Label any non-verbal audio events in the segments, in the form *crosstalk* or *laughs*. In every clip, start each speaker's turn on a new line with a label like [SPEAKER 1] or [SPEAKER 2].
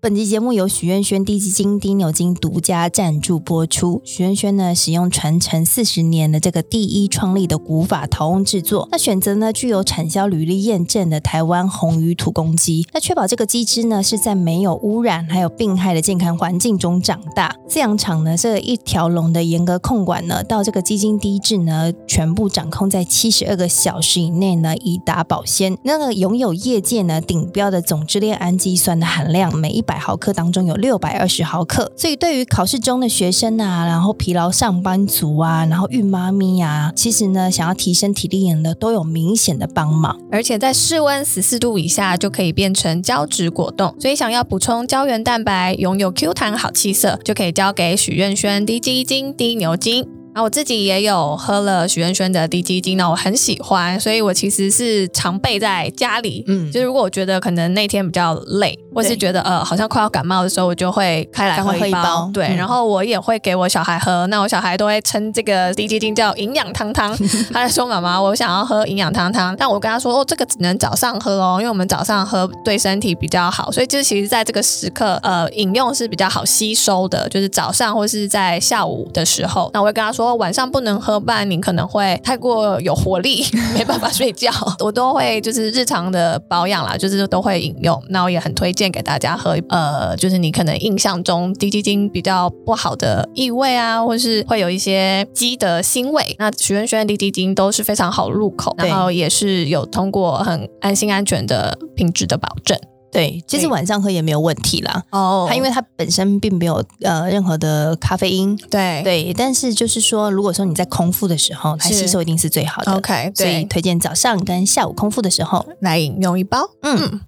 [SPEAKER 1] 本集节目由许愿轩低基金低牛金独家赞助播出。许愿轩呢，使用传承四十年的这个第一创立的古法陶瓮制作，那选择呢具有产销履历验证的台湾红鱼土公鸡，那确保这个鸡只呢是在没有污染还有病害的健康环境中长大。饲养场呢这一条龙的严格控管呢，到这个基金低制呢全部掌控在七十二个小时以内呢，以达保鲜。那个拥有业界呢顶标的总支链氨基酸的含量，每一百毫克当中有六百二十毫克。所以对于考试中的学生啊，然后疲劳上班族啊，然后孕妈咪啊，其实呢想要提升体力呢，都有明显的帮忙。
[SPEAKER 2] 而且在室温十四度以下就可以变成胶质果冻，所以想要补充胶原蛋白，拥有 Q 弹好气色，就可以交给许愿轩低基金低牛精。然后啊我自己也有喝了许愿轩的低基金，那我很喜欢，所以我其实是常备在家里。
[SPEAKER 1] 嗯，
[SPEAKER 2] 就是如果我觉得可能那天比较累，或是觉得呃好像快要感冒的时候，我就会开来
[SPEAKER 1] 赶快
[SPEAKER 2] 喝
[SPEAKER 1] 喝一
[SPEAKER 2] 一包。
[SPEAKER 1] 包
[SPEAKER 2] 对，
[SPEAKER 1] 嗯
[SPEAKER 2] 然后我也会给我小孩喝，那我小孩都会称这个低基金叫营养
[SPEAKER 1] *laughs*
[SPEAKER 2] 汤汤。他在说妈妈，我想要喝营养汤汤，但我跟他说哦，这个只能早上喝哦，因为我们早上喝对身体比较好，所以就是其实在这个时刻呃饮用是比较好吸收的，就是早上或是在下午的时候。那我会跟他说晚上不能喝，不然你可能会太过有活 *laughs* 力，没办法睡觉。我都会就是日常的保养啦，就是都会饮用。那我也很推荐给大家喝，呃，就是你可能印象中低基金比较不好的异味啊，或是会有一些鸡的腥味。那许愿轩的低基金都是非常好入口，
[SPEAKER 1] 对
[SPEAKER 2] 然后也是有通过很安心安全的品质的保证。
[SPEAKER 1] 对，其实
[SPEAKER 2] 对
[SPEAKER 1] 晚上喝也没有问题啦。
[SPEAKER 2] 哦
[SPEAKER 1] 它因为它本身并没有呃任何的咖啡因，
[SPEAKER 2] 对
[SPEAKER 1] 对，但是就是说，如果说你在空腹的时候，它
[SPEAKER 2] 是
[SPEAKER 1] 吸收一定是最好的。
[SPEAKER 2] OK，
[SPEAKER 1] 所以
[SPEAKER 2] 对，
[SPEAKER 1] 推荐早上跟下午空腹的时候。
[SPEAKER 2] 来饮用一包。
[SPEAKER 1] 嗯，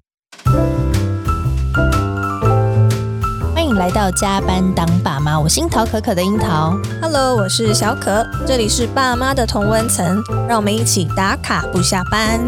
[SPEAKER 1] 欢迎来到加班当爸妈，我是樱桃可可的樱桃。
[SPEAKER 2] Hello，我是小可，这里是爸妈的同温层，让我们一起打卡不下班。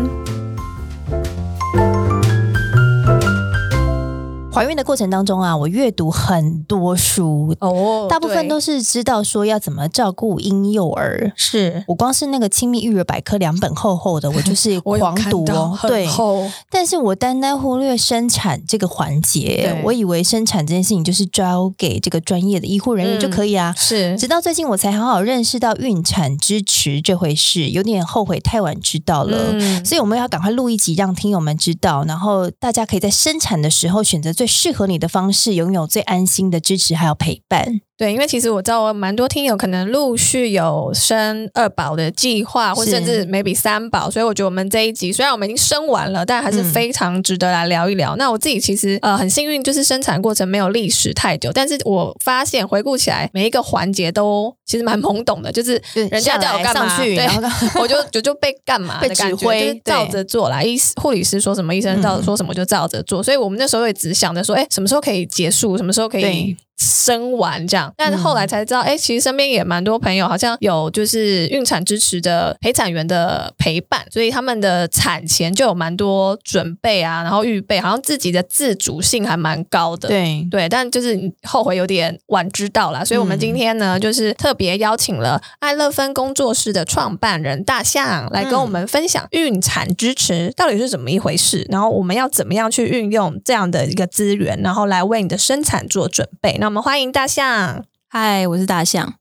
[SPEAKER 1] 怀孕的过程当中啊，我阅读很多书，
[SPEAKER 2] 哦
[SPEAKER 1] 大部分都
[SPEAKER 2] 是
[SPEAKER 1] 是知道说要怎么照顾婴幼儿。
[SPEAKER 2] 是
[SPEAKER 1] 我光是那个《亲密育儿百科》两本厚厚的，我就是
[SPEAKER 2] *laughs* 我有
[SPEAKER 1] 狂
[SPEAKER 2] 看
[SPEAKER 1] 读
[SPEAKER 2] 到
[SPEAKER 1] 哦。
[SPEAKER 2] 很
[SPEAKER 1] 对，
[SPEAKER 2] 厚
[SPEAKER 1] 但是我单单忽略生产这个环节
[SPEAKER 2] 对，
[SPEAKER 1] 我以为生产这件事情就是交给这个专业的医护人
[SPEAKER 2] 嗯
[SPEAKER 1] 员就可以啊。
[SPEAKER 2] 是
[SPEAKER 1] 直到最近我才好好认识到孕产支持这回事，有点后悔太晚知道了。
[SPEAKER 2] 嗯
[SPEAKER 1] 所以我们要赶快录一集，让听友们知道，然后大家可以在生产的时候选择最适合你的方式，拥有最安心的支持还有陪伴。
[SPEAKER 2] 对，因为其实我知道我蛮多听友可能陆续有生二宝的计划，或
[SPEAKER 1] 是
[SPEAKER 2] 甚至 maybe 三宝，所以我觉得我们这一集虽然我们已经生完了，但还是
[SPEAKER 1] 嗯
[SPEAKER 2] 非常值得来聊一聊。那我自己其实呃很幸运，就是生产过程没有历时太久，但是我发现回顾起来每一个环节都其实蛮懵懂的，就是
[SPEAKER 1] 对
[SPEAKER 2] 人家
[SPEAKER 1] 下
[SPEAKER 2] 叫我
[SPEAKER 1] 来
[SPEAKER 2] 干嘛，
[SPEAKER 1] 上去
[SPEAKER 2] 对
[SPEAKER 1] 然后干 *laughs*
[SPEAKER 2] 我就我就被干嘛
[SPEAKER 1] 被
[SPEAKER 2] 的感
[SPEAKER 1] 指
[SPEAKER 2] 觉，
[SPEAKER 1] 挥
[SPEAKER 2] 就是照着做啦。医护理师说什么，医生照
[SPEAKER 1] 嗯
[SPEAKER 2] 说什么就照着做。所以我们那时候也只想着说，哎、什么时候可以结束，什么时候可以
[SPEAKER 1] 对嗯
[SPEAKER 2] 生完这样。但是后来才知道，哎、其实身边也蛮多朋友好像有就是孕产支持的陪产员的陪伴，所以他们的产前就有蛮多准备啊，然后预备，好像自己的自主性还蛮高的。
[SPEAKER 1] 对
[SPEAKER 2] 对，但就是你后悔有点晚知道啦，所以我们
[SPEAKER 1] 嗯
[SPEAKER 2] 今天呢，就是特别邀请了爱乐芬工作室的创办人大象来
[SPEAKER 3] 嗯
[SPEAKER 2] 跟我们分享孕产支持到底是怎么一回事，然后我们要怎么样去运用这样的一个资源，然后来为你的生产做准备。那我们欢迎大象。
[SPEAKER 3] 嗨，我是大象，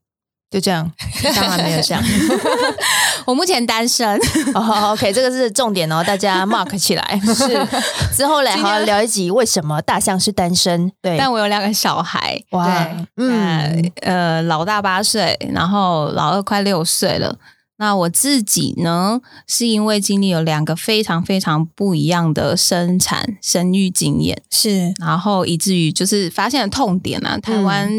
[SPEAKER 1] 就这
[SPEAKER 2] *laughs*
[SPEAKER 1] 样，当然没有这样。
[SPEAKER 3] 我目前单身。
[SPEAKER 1] *laughs* 哦、o k 这个是重点哦，大
[SPEAKER 2] *laughs*
[SPEAKER 1] 家 mark 起来。是，之后来好好聊一集为什么大象是单身。对，
[SPEAKER 3] 但我有两个小孩，
[SPEAKER 1] 哇
[SPEAKER 3] 对，
[SPEAKER 1] 嗯
[SPEAKER 3] 嗯，呃，老大八岁，然后老二快六岁了。那我自己呢，是因为经历有两个非常非常不一样的生产生育经验，
[SPEAKER 2] 是
[SPEAKER 3] 然后以至于就是发现了痛点啊，
[SPEAKER 1] 嗯
[SPEAKER 3] 台湾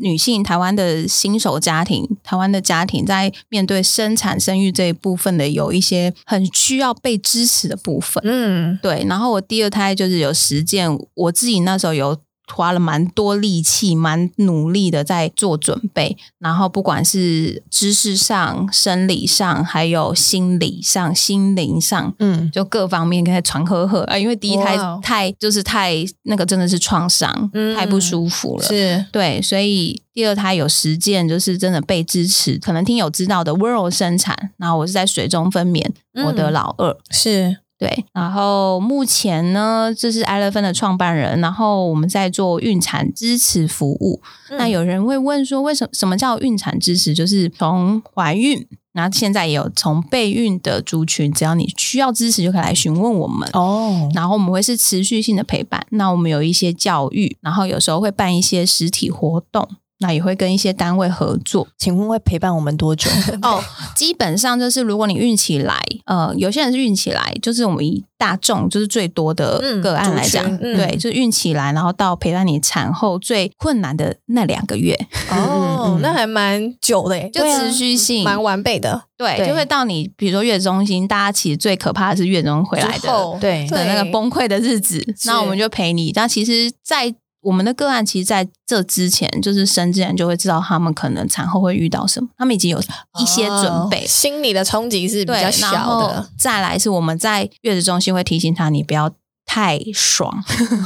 [SPEAKER 3] 女性、台湾的新手家庭、台湾的家庭在面对生产生育这一部分的有一些很需要被支持的部分。
[SPEAKER 2] 嗯，
[SPEAKER 3] 对，然后我第二胎就是有实践，我自己那时候有花了蛮多力气、蛮努力的在做准备，然后不管是知识上、生理上，还有心理上、心灵上。
[SPEAKER 1] 嗯，
[SPEAKER 3] 就各方面跟他传呵呵啊，因为第一胎
[SPEAKER 2] 哇哦
[SPEAKER 3] 太就是太那个真的是创伤，
[SPEAKER 2] 嗯
[SPEAKER 3] 太不舒服了。
[SPEAKER 2] 是
[SPEAKER 3] 对，所以第二胎有实践，就是真的被支持。可能听友知道的 w o r l 生产，然后我是在水中分娩，我的
[SPEAKER 2] 嗯
[SPEAKER 3] 老二，
[SPEAKER 2] 是
[SPEAKER 3] 对，然后目前呢，这是 Elephant 的创办人，然后我们在做孕产支持服务。那
[SPEAKER 2] 嗯
[SPEAKER 3] 有人会问说，为什么什么叫孕产支持？就是从怀孕，然后现在也有从备孕的族群，只要你需要支持，就可以来询问我们。
[SPEAKER 1] 哦，
[SPEAKER 3] 然后我们会是持续性的陪伴。那我们有一些教育，然后有时候会办一些实体活动，那也会跟一些单位合作。
[SPEAKER 1] 请问会陪伴我们多
[SPEAKER 2] *laughs*
[SPEAKER 1] 久？
[SPEAKER 3] 哦，基本上就是如果你运气来，呃，有些人是运气来，就是我们以大众就是最多的个案来讲，
[SPEAKER 2] 嗯族群嗯
[SPEAKER 3] 对，就是运气来，然后到陪伴你产后最困难的那两个月，嗯
[SPEAKER 2] 哦，那还蛮久的耶，
[SPEAKER 3] 就持续性，
[SPEAKER 2] 蛮完备的。
[SPEAKER 3] 对，
[SPEAKER 1] 对
[SPEAKER 3] 就会到你比如说月中心，大家其实最可怕的是月中回来
[SPEAKER 2] 之
[SPEAKER 3] 的
[SPEAKER 2] 后
[SPEAKER 1] 对
[SPEAKER 3] 的那个
[SPEAKER 2] 对
[SPEAKER 3] 崩溃的日子，那我们就陪你。那其实，在我们的个案，其实在这之前，就是生之前就会知道他们可能产后会遇到什么，他们已经有一些准备
[SPEAKER 2] 哦，心理的冲击是比
[SPEAKER 3] 对，
[SPEAKER 2] 较
[SPEAKER 3] 然
[SPEAKER 2] 小
[SPEAKER 3] 后
[SPEAKER 2] 的。
[SPEAKER 3] 再来是我们在月子中心会提醒他，你不要太
[SPEAKER 2] *laughs*
[SPEAKER 3] 爽，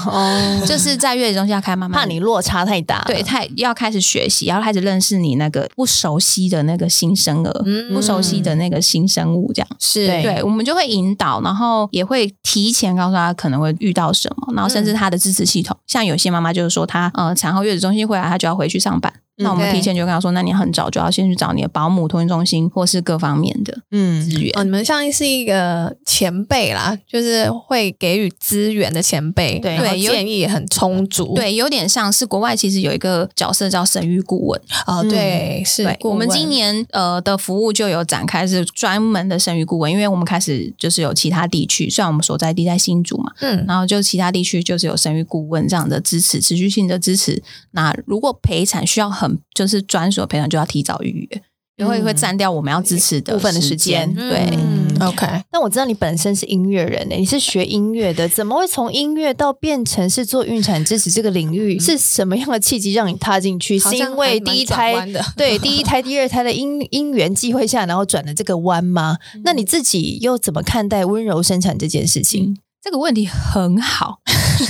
[SPEAKER 1] 哦，
[SPEAKER 3] 就是在月子中心要开始慢慢
[SPEAKER 1] 怕你落差太大。
[SPEAKER 3] 对，太要开始学习，要开始认识你那个不熟悉的那个新生儿，
[SPEAKER 2] 嗯
[SPEAKER 3] 不熟悉的那个新生物这样。
[SPEAKER 2] 是
[SPEAKER 1] 对
[SPEAKER 3] 对，我们就会引导，然后也会提前告诉他可能会遇到什么，然后甚至
[SPEAKER 2] 嗯
[SPEAKER 3] 他的支持系统，像有些妈妈就是说她呃产后月子中心回来，她就要回去上班。那我
[SPEAKER 2] 嗯
[SPEAKER 3] 们
[SPEAKER 2] 对
[SPEAKER 3] 提前就跟她说，那你很早就要先去找你的保姆、托育中心或是各方面的
[SPEAKER 1] 嗯，
[SPEAKER 3] 资源。
[SPEAKER 2] 哦，你们像是一个前辈啦，就是会给予资源的前辈，
[SPEAKER 1] 对
[SPEAKER 2] 然后
[SPEAKER 3] 对有
[SPEAKER 2] 建议也很充足，
[SPEAKER 3] 对，有点像是国外其实有一个角色叫生育顾问，
[SPEAKER 2] 哦，
[SPEAKER 1] 嗯
[SPEAKER 2] 对，是
[SPEAKER 3] 对，
[SPEAKER 2] 顾
[SPEAKER 3] 我们
[SPEAKER 2] 问
[SPEAKER 3] 今年呃的服务就有展开是专门的生育顾问，因为我们开始就是有其他地区，虽然我们所在地在新竹嘛，
[SPEAKER 2] 嗯
[SPEAKER 3] 然后就其他地区就是有生育顾问这样的支持，持续性的支持。那如果陪产需要很就是专属的陪产，就要提早预约，因为
[SPEAKER 1] 嗯
[SPEAKER 3] 会占掉我们要支持的
[SPEAKER 1] 部分的时
[SPEAKER 3] 时间，
[SPEAKER 1] 间
[SPEAKER 3] 对。
[SPEAKER 2] 嗯
[SPEAKER 1] 嗯
[SPEAKER 2] ，OK，
[SPEAKER 1] 但我知道你本身是音乐人呢、欸你是学音乐的，怎么会从音乐到变成是做孕产支持这个领域？是什么样的契机让你踏进去？
[SPEAKER 2] 嗯好
[SPEAKER 1] 是
[SPEAKER 2] 像
[SPEAKER 1] 因为
[SPEAKER 2] 还
[SPEAKER 1] 第一
[SPEAKER 2] 蛮转
[SPEAKER 1] 胎
[SPEAKER 2] 弯的
[SPEAKER 1] 对第一胎、第二胎的因因缘际会下，然后转了这个弯吗？
[SPEAKER 2] 嗯
[SPEAKER 1] 那你自己又怎么看待温柔生产这件事情？
[SPEAKER 2] 嗯
[SPEAKER 3] 这个问题很好， *laughs*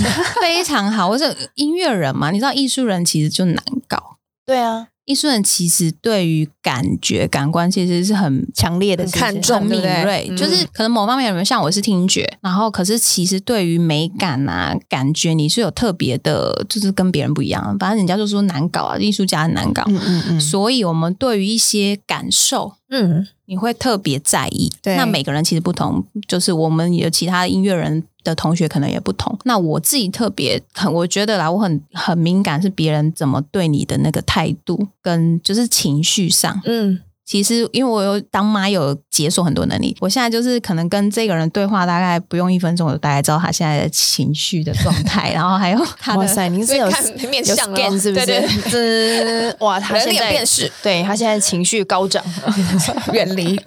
[SPEAKER 3] 非常好。我是音乐人嘛，你知道艺术人其实就难搞，
[SPEAKER 1] 对啊，
[SPEAKER 3] 艺术人其实对于感觉、感官其实是很
[SPEAKER 1] 强烈的
[SPEAKER 2] 很
[SPEAKER 1] 是不是
[SPEAKER 2] 看重
[SPEAKER 3] 很敏
[SPEAKER 2] 对不
[SPEAKER 3] 锐
[SPEAKER 2] 对，嗯
[SPEAKER 3] 就是可能某方面有人像我是听觉，然后可是其实对于美感啊、感觉你是有特别的，就是跟别人不一样。反正人家就说难搞啊，艺术家很难搞，
[SPEAKER 1] 嗯嗯嗯，
[SPEAKER 3] 所以我们对于一些感受。
[SPEAKER 2] 嗯，
[SPEAKER 3] 你会特别在意，
[SPEAKER 2] 对
[SPEAKER 3] 那每个人其实不同，就是我们有其他音乐人的同学可能也不同。那我自己特别很，我觉得啦，我很很敏感，是别人怎么对你的那个态度跟就是情绪上，
[SPEAKER 2] 嗯，
[SPEAKER 3] 其实因为我有当妈有解锁很多能力，我现在就是可能跟这个人对话，大概不用一分钟，我就大概知道他现在的情绪的状态， *laughs* 然后还有他
[SPEAKER 1] 哇
[SPEAKER 3] 的。
[SPEAKER 1] 塞，您是有
[SPEAKER 2] 所以看面
[SPEAKER 1] 有
[SPEAKER 2] 相了
[SPEAKER 1] scan 是不是？
[SPEAKER 2] 对对
[SPEAKER 1] 这 *laughs* 哇，他
[SPEAKER 2] 人
[SPEAKER 1] 现
[SPEAKER 2] 脸
[SPEAKER 1] 在
[SPEAKER 2] 辨识，
[SPEAKER 1] 对他现在情绪高
[SPEAKER 2] *laughs*
[SPEAKER 1] 涨，
[SPEAKER 2] 远
[SPEAKER 3] *laughs*
[SPEAKER 2] 离，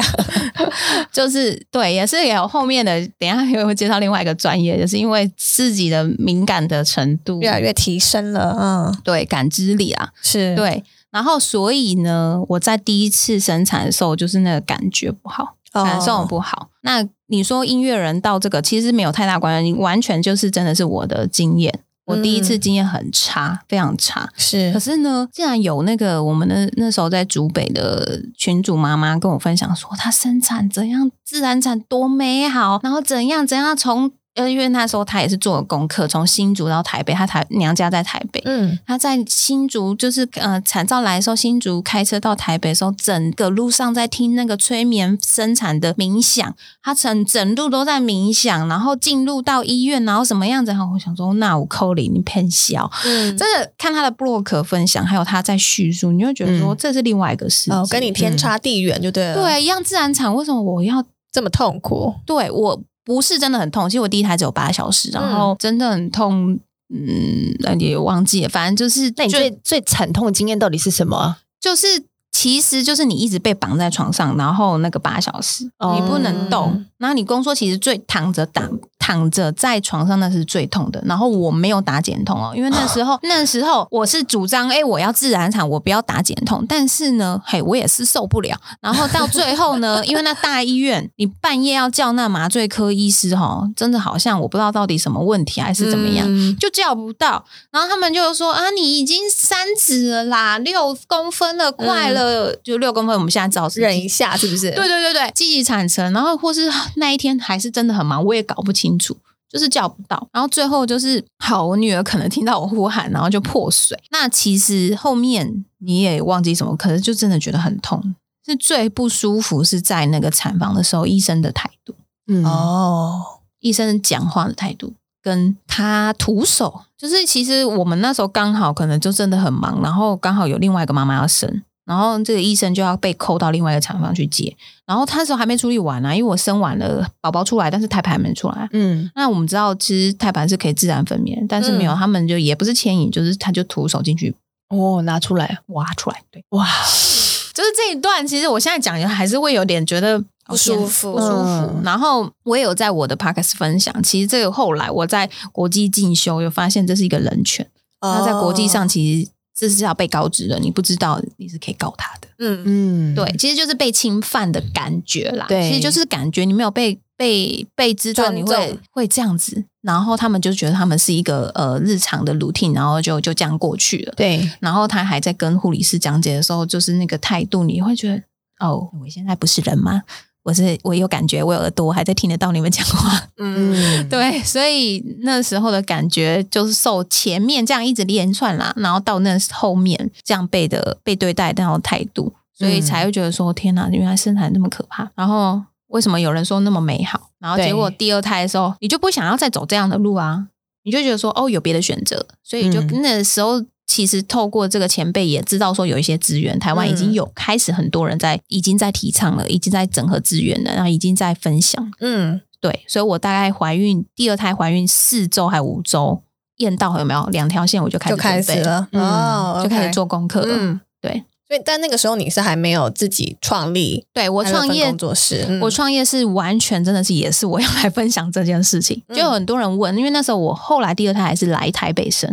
[SPEAKER 3] 就是对，也是有后面的。等一下也会介绍另外一个专业，就是因为自己的敏感的程度，
[SPEAKER 2] 越来越提升了，嗯，
[SPEAKER 3] 对感知力啊，
[SPEAKER 2] 是，
[SPEAKER 3] 对。然后所以呢，我在第一次生产的时候，就是那个感觉不好，
[SPEAKER 2] 哦
[SPEAKER 3] 感受不好。那你说音乐人到这个其实没有太大关系，完全就是真的是我的经验。我第一次经验很差，非常差。
[SPEAKER 2] 是
[SPEAKER 3] 可，是呢，竟然有那个我们的那时候在竹北的群主妈妈跟我分享说，她生产怎样，自然产多美好，然后怎样怎样从。呃，因为那时候她也是做了功课，从新竹到台北，她台娘家在台北，
[SPEAKER 2] 嗯，
[SPEAKER 3] 她在新竹就是呃产兆来的时候，新竹开车到台北的时候，整个路上在听那个催眠生产的冥想，她整整路都在冥想，然后进入到医院，然后什么样子？然后我想说，那我扣你，你骗笑。
[SPEAKER 2] 嗯，
[SPEAKER 3] 真的看他的 blog 分享，还有他在叙述，你会觉得说
[SPEAKER 1] 嗯
[SPEAKER 3] 这是另外一个世界。
[SPEAKER 2] 哦，跟你天差地远就对了，，
[SPEAKER 3] 对一样自然产，为什么我要
[SPEAKER 2] 这么痛苦，
[SPEAKER 3] 对我不是真的很痛？其实我第一胎只有八小时，然后真的很痛，嗯，那也忘记了，反正就是
[SPEAKER 1] 那你
[SPEAKER 3] 就
[SPEAKER 1] 最最惨痛的经验到底是什么啊？
[SPEAKER 3] 就是。其实就是你一直被绑在床上，然后那个八小时
[SPEAKER 1] 哦
[SPEAKER 3] 你不能动，然后你宫缩其实最躺着打躺着在床上那是最痛的。然后我没有打减痛哦，因为那时候 *clears throat* 那时候我是主张哎、我要自然产，我不要打减痛。但是呢，嘿我也是受不了。然后到最后呢，因为那大医院你半夜要叫那麻醉科医师哦，真的好像我不知道到底什么问题还是怎么样。
[SPEAKER 2] 嗯？
[SPEAKER 3] 就叫不到，然后他们就说啊，你已经三指了啦，六公分了，快了，就六公分，我们现在知道是
[SPEAKER 2] 嗯忍一下是不是？
[SPEAKER 3] 对对对对，积极产程，然后或是哎那一天还是真的很忙，我也搞不清楚。就是叫不到，然后最后就是好，我女儿可能听到我呼喊，然后就破水。那其实后面你也忘记什么，可是就真的觉得很痛，是最不舒服是在那个产房的时候，医生的态度，
[SPEAKER 1] 嗯，
[SPEAKER 2] 哦，
[SPEAKER 3] 医生讲话的态度，跟他徒手，就是其实我们那时候刚好可能就真的很忙，然后刚好有另外一个妈妈要生，然后这个医生就要被扣到另外一个产房去接，然后他那时候还没处理完啊，因为我生完了宝宝出来，但是胎盘还没出来，啊
[SPEAKER 1] 嗯，
[SPEAKER 3] 那我们知道，其实胎盘是可以自然分娩，但是没有，
[SPEAKER 2] 嗯
[SPEAKER 3] 他们就也不是牵引，就是他就徒手进去
[SPEAKER 1] 哦，拿出来，
[SPEAKER 3] 挖出来。对，
[SPEAKER 1] 哇，
[SPEAKER 3] 就是这一段，其实我现在讲还是会有点觉得
[SPEAKER 2] 不舒服
[SPEAKER 3] 不舒服。
[SPEAKER 1] 嗯
[SPEAKER 3] 然后我也有在我的 podcast 分享，其实这个后来我在国际进修有发现，这是一个人权。
[SPEAKER 2] 哦
[SPEAKER 3] 那在国际上，其实这是要被告知的，你不知道你是可以告他的。
[SPEAKER 2] 嗯，
[SPEAKER 1] 嗯，
[SPEAKER 3] 对，，其实就是被侵犯的感觉啦。
[SPEAKER 1] 对
[SPEAKER 3] 其实就是感觉你没有被被被知道
[SPEAKER 2] 尊
[SPEAKER 3] 你会
[SPEAKER 2] 重
[SPEAKER 3] 会这样子，然后他们就觉得他们是一个呃日常的 routine，然后就就这样过去了。
[SPEAKER 1] 对，
[SPEAKER 3] 然后他还在跟护理师讲解的时候，就是那个态度，你会觉得哦，我现在不是人吗？我是我有感觉，我有耳朵，我还在听得到你们讲话。
[SPEAKER 2] 嗯，
[SPEAKER 1] 嗯，
[SPEAKER 3] 对，所以那时候的感觉就是受前面这样一直连串啦，然后到那后面这样被的被对待，然后态度，所以才会觉得说、天哪，原来生产那么可怕。然后为什么有人说那么美好？然后结果
[SPEAKER 1] 对
[SPEAKER 3] 第二胎的时候，你就不想要再走这样的路啊，你就觉得说哦，有别的选择，所以就、
[SPEAKER 1] 嗯
[SPEAKER 3] 那时候。其实透过这个前辈也知道说有一些资源，台湾已经
[SPEAKER 2] 嗯
[SPEAKER 3] 有、开始很多人在已经在提倡了，已经在整合资源了，然后已经在分享。
[SPEAKER 2] 嗯，
[SPEAKER 3] 对，所以我大概怀孕第二胎怀孕四周还五周，验到有没有两条线，我就开始
[SPEAKER 2] 就开始
[SPEAKER 3] 准备，
[SPEAKER 2] 了，
[SPEAKER 1] 嗯
[SPEAKER 2] 哦，
[SPEAKER 3] 就开
[SPEAKER 2] OK
[SPEAKER 3] 始做功课了。
[SPEAKER 2] 嗯，
[SPEAKER 3] 对。
[SPEAKER 2] 所以，但那个时候你是还没有自己创立
[SPEAKER 3] 对
[SPEAKER 2] 我
[SPEAKER 3] 我创业
[SPEAKER 2] 工，作室，嗯
[SPEAKER 3] 我创业是完全真的是也是我要来分享这件事情，就
[SPEAKER 2] 嗯
[SPEAKER 3] 有很多人问，因为那时候我后来第二胎还是来台北生，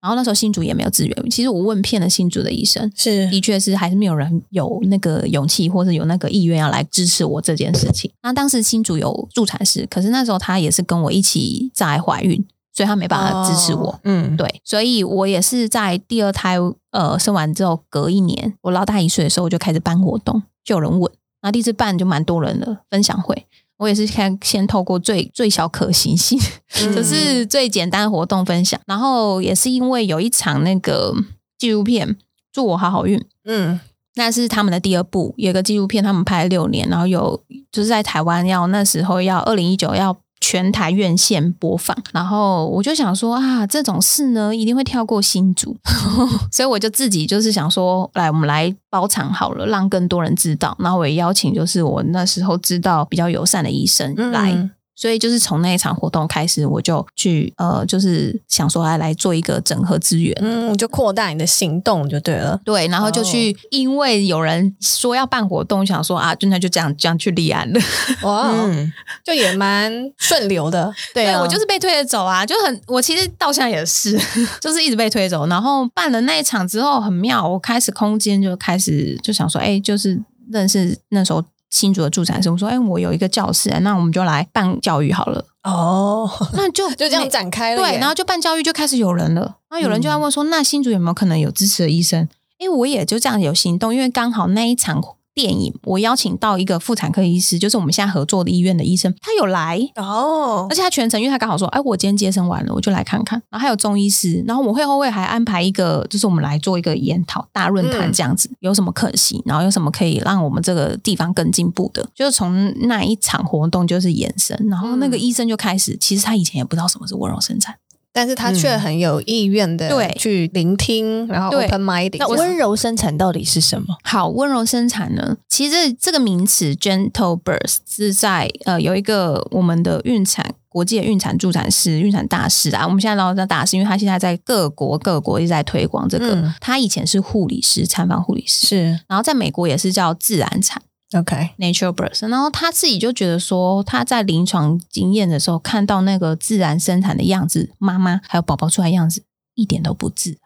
[SPEAKER 3] 然后那时候新竹也没有资源，其实我问遍了新竹的医生，
[SPEAKER 2] 是
[SPEAKER 3] 的确是还是没有人有那个勇气或者有那个意愿要来支持我这件事情。那当时新主有助产师，可是那时候他也是跟我一起在怀孕，所以他没办法支持我。
[SPEAKER 2] 哦
[SPEAKER 1] 嗯，
[SPEAKER 3] 对，所以我也是在第二胎呃生完之后隔一年，我老大一岁的时候我就开始办活动，就有人问，然后第一次办就蛮多人的分享会。我也是看先透过最最小可行性，
[SPEAKER 2] 嗯
[SPEAKER 3] 就是最简单的活动分享，然后也是因为有一场那个纪录片《祝我好好运》，
[SPEAKER 2] 嗯
[SPEAKER 3] 那是他们的第二部，有一个纪录片，他们拍了六年，然后有就是在台湾要那时候要二零一九要全台院线播放，然后我就想说啊，这种事呢一定会跳过新竹， *laughs* 所以我就自己就是想说，来我们来包场好了，让更多人知道，然后我也邀请就是我那时候知道比较友善的医生
[SPEAKER 2] 嗯
[SPEAKER 3] 来。所以就是从那一场活动开始，我就去呃，就是想说来来做一个整合资源，
[SPEAKER 2] 嗯，就扩大你的行动就对了。
[SPEAKER 3] 对，然后就去，因为有人说要办活动，想说啊，就那就这样这样去立案了。
[SPEAKER 2] 哇，
[SPEAKER 3] 哦
[SPEAKER 1] 嗯，
[SPEAKER 2] 就也蛮顺流 *laughs* 的。
[SPEAKER 1] 对啊，
[SPEAKER 3] *laughs* 我就是被推着走啊，就很我其实到现在也是， *laughs* 就是一直被推走。然后办了那一场之后，很妙，我开始空间就开始就想说，哎，就是认识那时候新竹的助产师，我说，哎，我有一个教室，那我们就来办教育好了，
[SPEAKER 2] 哦，
[SPEAKER 3] 那 *laughs* 就
[SPEAKER 2] 就这样
[SPEAKER 3] 没
[SPEAKER 2] 展开了耶。嗯
[SPEAKER 3] 对，然后就办教育就开始有人了，然后有人就在问说，那新竹有没有可能有支持的医生？哎，我也就这样有行动，因为刚好那一场电影，我邀请到一个妇产科医师，就是我们现在合作的医院的医生，他有来，
[SPEAKER 2] 哦
[SPEAKER 3] 而，且他全程，因为他刚好说，哎，我今天接生完了，我就来看看。然后还有中医师，然后我会后会还安排一个，就是我们来做一个研讨大论坛
[SPEAKER 2] 嗯
[SPEAKER 3] 这样子，有什么可行，然后有什么可以让我们这个地方更进步的，就是从那一场活动就是延伸，然后那个
[SPEAKER 2] 嗯
[SPEAKER 3] 医生就开始，其实他以前也不知道什么是温柔生产。
[SPEAKER 2] 但是他却很有意愿的
[SPEAKER 3] 嗯对
[SPEAKER 2] 去聆听，然后
[SPEAKER 3] 对
[SPEAKER 2] open mind。
[SPEAKER 1] 那温柔生产到底是什么？
[SPEAKER 3] 好，温柔生产呢？其实这这个名词 “gentle birth” 是在呃有一个我们的孕产国际的孕产助产师、孕产大师啊，我们现在唠到大师，因为他现在在各国各国一直在推广这个。
[SPEAKER 2] 嗯
[SPEAKER 3] 他以前是护理师，产房护理师，
[SPEAKER 2] 是
[SPEAKER 3] 然后在美国也是叫自然产
[SPEAKER 2] OK，
[SPEAKER 3] （natural birth）。然后他自己就觉得说，他在临床经验的时候看到那个自然生产的样子，妈妈还有宝宝出来的样子，一点都不自然。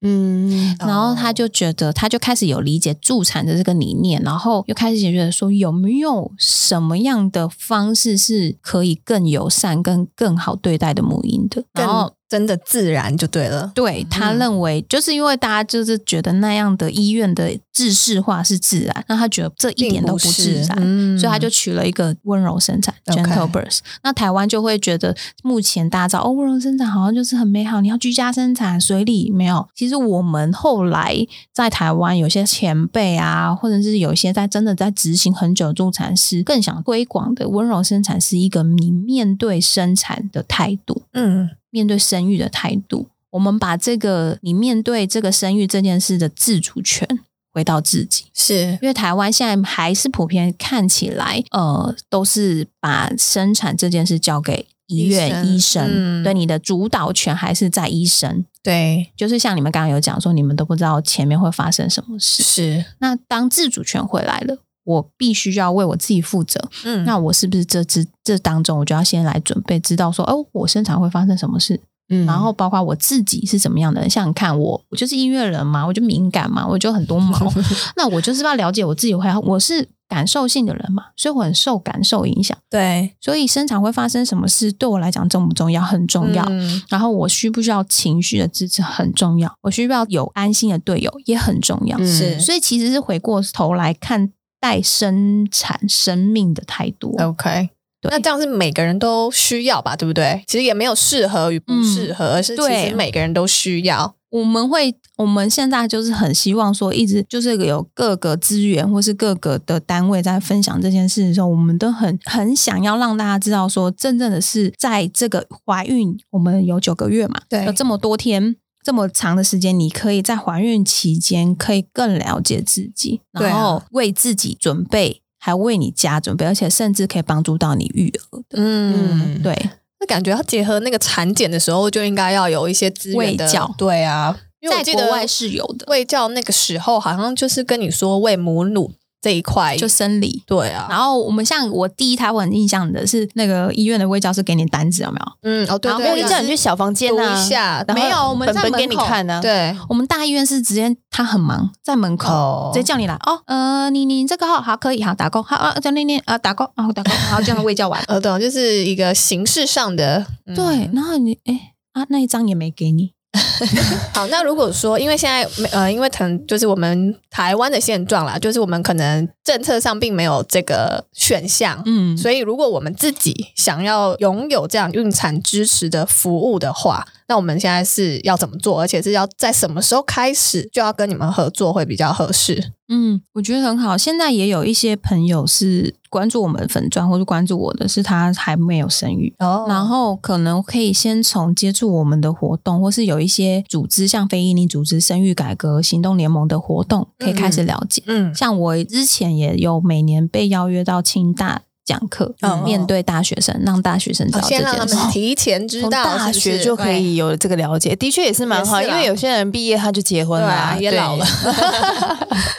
[SPEAKER 1] 嗯
[SPEAKER 2] 哦
[SPEAKER 3] 然后他就觉得，他就开始有理解助产的这个理念，然后又开始觉得说，有没有什么样的方式是可以更友善、更更好对待的母婴的？然后
[SPEAKER 2] 更真的自然就对了。
[SPEAKER 3] 对他
[SPEAKER 2] 嗯
[SPEAKER 3] 认为，就是因为大家就是觉得那样的医院的制式化是自然，那他觉得这一点都不
[SPEAKER 2] 并
[SPEAKER 3] 自
[SPEAKER 2] 是
[SPEAKER 3] 然，
[SPEAKER 2] 嗯
[SPEAKER 3] 所以他就取了一个温柔生产
[SPEAKER 2] OK
[SPEAKER 3] （gentle birth）。那台湾就会觉得，目前大家知道哦，温柔生产好像就是很美好，你要居家生产，水里没有。其实我们后来在台湾有些前辈啊，或者是有一些在真的在执行很久的助产师，更想推广的温柔生产是一个你面对生产的态度。
[SPEAKER 2] 嗯
[SPEAKER 3] 面对生育的态度。我们把这个你面对这个生育这件事的自主权回到自己，
[SPEAKER 2] 是
[SPEAKER 3] 因为台湾现在还是普遍看起来，呃，都是把生产这件事交给医院
[SPEAKER 2] 医生
[SPEAKER 3] 医生，
[SPEAKER 2] 嗯
[SPEAKER 3] 对你的主导权还是在医生。
[SPEAKER 2] 对
[SPEAKER 3] 就是像你们刚刚有讲说，你们都不知道前面会发生什么事。
[SPEAKER 2] 是
[SPEAKER 3] 那当自主权回来了，我必须要为我自己负责，
[SPEAKER 2] 嗯
[SPEAKER 3] 那我是不是这之这当中，我就要先来准备，知道说，哦，我生产会发生什么事，
[SPEAKER 1] 嗯
[SPEAKER 3] 然后包括我自己是怎么样的人。像你看我，我就是音乐人嘛，我就敏感嘛，我就很多毛，那我就是要了解我自己会，我是感受性的人嘛，所以我很受感受影响，
[SPEAKER 2] 对
[SPEAKER 3] 所以生产会发生什么事，对我来讲重不重要？很重要。
[SPEAKER 2] 嗯
[SPEAKER 3] 然后我需不需要情绪的支持很重要，我需不需要有安心的队友也很重要。
[SPEAKER 2] 是
[SPEAKER 3] 所以其实是回过头来看待生产生命的态度。啊
[SPEAKER 2] OK。
[SPEAKER 3] 对
[SPEAKER 2] 那这样是每个人都需要吧，对不对？其实也没有适合与不适合，而是其
[SPEAKER 3] 嗯对
[SPEAKER 2] 实每个人都需要。
[SPEAKER 3] 我们会，我们现在就是很希望说，一直就是有各个资源或是各个的单位在分享这件事的时候，我们都很很想要让大家知道说，真正的是在这个怀孕，我们有九个月嘛，
[SPEAKER 2] 对
[SPEAKER 3] 有这么多天。这么长的时间，你可以在怀孕期间可以更了解自己，
[SPEAKER 2] 对啊
[SPEAKER 3] 然后为自己准备，还为你家准备，而且甚至可以帮助到你育儿的。
[SPEAKER 2] 嗯，
[SPEAKER 3] 对，
[SPEAKER 2] 那感觉要结合那个产检的时候，就应该要有一些资源的
[SPEAKER 3] 卫教
[SPEAKER 2] 对啊，因为我
[SPEAKER 3] 在
[SPEAKER 2] 记得
[SPEAKER 3] 国外是有的，
[SPEAKER 2] 喂教那个时候好像就是跟你说喂母乳这一块，
[SPEAKER 3] 就生理。
[SPEAKER 2] 对啊，
[SPEAKER 3] 然后我们像我第一胎我很印象的是那个医院的卫教是给你单子有没有？
[SPEAKER 2] 嗯哦对
[SPEAKER 3] 然后
[SPEAKER 2] 对，
[SPEAKER 1] 没有就叫你去小房间
[SPEAKER 2] 读
[SPEAKER 1] 啊，
[SPEAKER 2] 一下，然后
[SPEAKER 3] 没有我们
[SPEAKER 1] 本
[SPEAKER 3] 在
[SPEAKER 1] 本
[SPEAKER 3] 门
[SPEAKER 1] 给你
[SPEAKER 3] 口
[SPEAKER 1] 看啊呢、
[SPEAKER 2] 对
[SPEAKER 3] 我们大医院是直接他很忙，在门口。
[SPEAKER 2] 哦。
[SPEAKER 3] 直接叫你来哦，呃，你你这个号好可以好打勾，好啊，在那边啊打勾啊打勾，好这样喂教完嗯
[SPEAKER 2] 呃懂，就是一个形式上的、嗯
[SPEAKER 3] 对，然后你哎啊那一张也没给你，
[SPEAKER 2] 好，那如果说，因为现在没呃，因为可能就是我们台湾的现状啦，就是我们可能政策上并没有这个选项，
[SPEAKER 3] 嗯，
[SPEAKER 2] 所以如果我们自己想要拥有这样孕产支持的服务的话，那我们现在是要怎么做？而且是要在什么时候开始就要跟你们合作会比较合适？
[SPEAKER 3] 嗯，我觉得很好。现在也有一些朋友是关注我们的粉钻，或者关注我的，是他还没有生育，
[SPEAKER 2] 哦
[SPEAKER 3] 然后可能可以先从接触我们的活动，或是有一些组织，像非营利组织、生育改革行动联盟的活动，可以开始了解。
[SPEAKER 2] 嗯
[SPEAKER 3] 像我之前也有每年被邀约到清大讲课，
[SPEAKER 2] 嗯
[SPEAKER 3] 面对大学生，让大学生知
[SPEAKER 2] 哦
[SPEAKER 3] 道这
[SPEAKER 2] 先让他
[SPEAKER 3] 件事。
[SPEAKER 2] 们提前知
[SPEAKER 1] 从
[SPEAKER 2] 道，
[SPEAKER 1] 大
[SPEAKER 2] 是不
[SPEAKER 1] 学
[SPEAKER 2] 是
[SPEAKER 1] 就可以有这个了解，的确也是蛮好，
[SPEAKER 2] 也是
[SPEAKER 1] 因
[SPEAKER 2] 啦
[SPEAKER 1] 为有些人毕业他就结婚
[SPEAKER 2] 对
[SPEAKER 1] 了、
[SPEAKER 2] 啊，也
[SPEAKER 1] 对
[SPEAKER 2] 老了，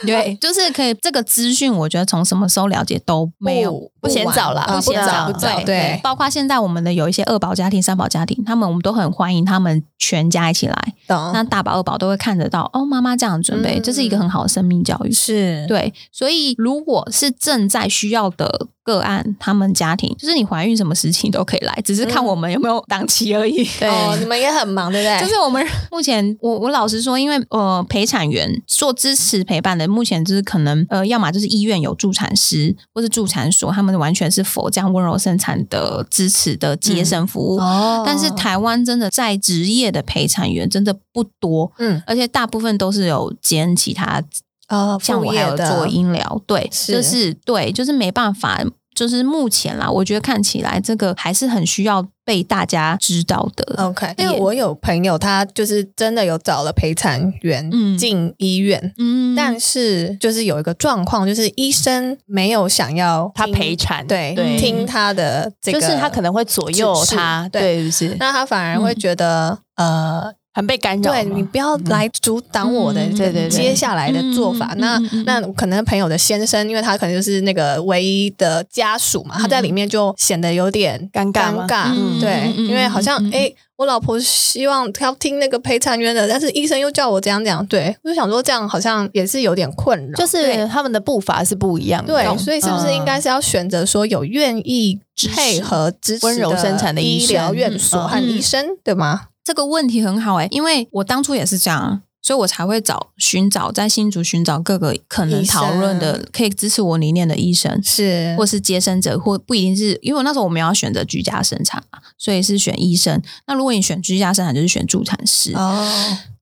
[SPEAKER 3] 对，就是可以这个资讯，我觉得从什么时候了解都没有
[SPEAKER 2] 不嫌
[SPEAKER 3] 晚
[SPEAKER 2] 早啦
[SPEAKER 3] 不
[SPEAKER 1] 不
[SPEAKER 3] 嫌
[SPEAKER 1] 早
[SPEAKER 3] 早，
[SPEAKER 1] 不
[SPEAKER 2] 早对
[SPEAKER 3] 包括现在我们的有一些二宝家庭、三宝家庭，他们我们都很欢迎他们全家一起来，
[SPEAKER 2] *laughs* 懂
[SPEAKER 3] 那大宝、二宝都会看得到哦，妈妈这样准备，
[SPEAKER 2] 嗯
[SPEAKER 3] 这是一个很好的生命教育。
[SPEAKER 2] 是
[SPEAKER 3] 对，所以如果是正在需要的个案，他们家庭就是你怀孕什么时期都可以来，只是看
[SPEAKER 2] 嗯
[SPEAKER 3] 我们有没有档期而已。
[SPEAKER 1] 对
[SPEAKER 2] 哦，你们也很忙，对不对？
[SPEAKER 3] *laughs* 就是我们目前，我我老实说，因为呃，陪产员做支持陪伴的，目前就是可能呃，要么就是医院有助产师或是助产所，他们完全是否这样温柔生产的支持的节省服务。
[SPEAKER 2] 哦
[SPEAKER 3] 但是台湾真的在职业的陪产员真的不多，
[SPEAKER 2] 嗯
[SPEAKER 3] 而且大部分都是有兼其他
[SPEAKER 2] 呃，
[SPEAKER 3] 像
[SPEAKER 2] 副
[SPEAKER 3] 我还
[SPEAKER 2] 业
[SPEAKER 3] 有
[SPEAKER 2] 的
[SPEAKER 3] 做医疗，对，
[SPEAKER 2] 是
[SPEAKER 3] 就是对，就是没办法，就是目前啦，我觉得看起来这个还是很需要被大家知道的。
[SPEAKER 2] OK，因为我有朋友，他就是真的有找了陪产员
[SPEAKER 3] 嗯
[SPEAKER 2] 进医院，
[SPEAKER 3] 嗯
[SPEAKER 2] 但是就是有一个状况，就是医生没有想要
[SPEAKER 1] 他
[SPEAKER 2] 听
[SPEAKER 1] 陪产，
[SPEAKER 2] 对
[SPEAKER 1] 对
[SPEAKER 2] 听他的这个，
[SPEAKER 1] 就是他可能嗯会左右
[SPEAKER 2] 指示
[SPEAKER 1] 他，
[SPEAKER 2] 对
[SPEAKER 1] 对，不是
[SPEAKER 2] 那他反而会觉得、呃，
[SPEAKER 1] 很被干扰嘛。
[SPEAKER 2] 对你不要来阻挡我的、
[SPEAKER 3] 嗯
[SPEAKER 1] 对对对
[SPEAKER 2] 接下来的做法。
[SPEAKER 3] 嗯嗯
[SPEAKER 2] 那、
[SPEAKER 3] 嗯嗯
[SPEAKER 2] 那可能朋友的先生，因为他可能就是那个唯一的家属嘛，他在里面就显得有点
[SPEAKER 1] 尴尬吗
[SPEAKER 2] 尴尬，
[SPEAKER 1] 嗯
[SPEAKER 2] 对
[SPEAKER 3] 嗯，嗯
[SPEAKER 2] 因为好像
[SPEAKER 3] 嗯嗯嗯
[SPEAKER 2] 诶，我老婆希望她要听那个陪产员的，但是医生又叫我这样这样，对，我就想说这样好像也是有点困扰，
[SPEAKER 1] 就是他们的步伐是不一样的，
[SPEAKER 2] 对，所以是不是应该
[SPEAKER 1] 嗯
[SPEAKER 2] 是要选择说有愿意配合支持
[SPEAKER 1] 温柔生产的
[SPEAKER 2] 的
[SPEAKER 1] 医
[SPEAKER 2] 医疗
[SPEAKER 1] 生
[SPEAKER 2] 院所和
[SPEAKER 3] 嗯
[SPEAKER 2] 医生，对吗？
[SPEAKER 3] 这个问题很好哎、因为我当初也是这样啊，所以我才会找寻找在新竹寻找各个可能
[SPEAKER 2] 医生
[SPEAKER 3] 讨论的可以支持我理念的医生，
[SPEAKER 2] 是
[SPEAKER 3] 或是接生者，或不一定是因为我那时候我们要选择居家生产啊，所以是选医生。那如果你选居家生产，就是选助产师。
[SPEAKER 2] 哦，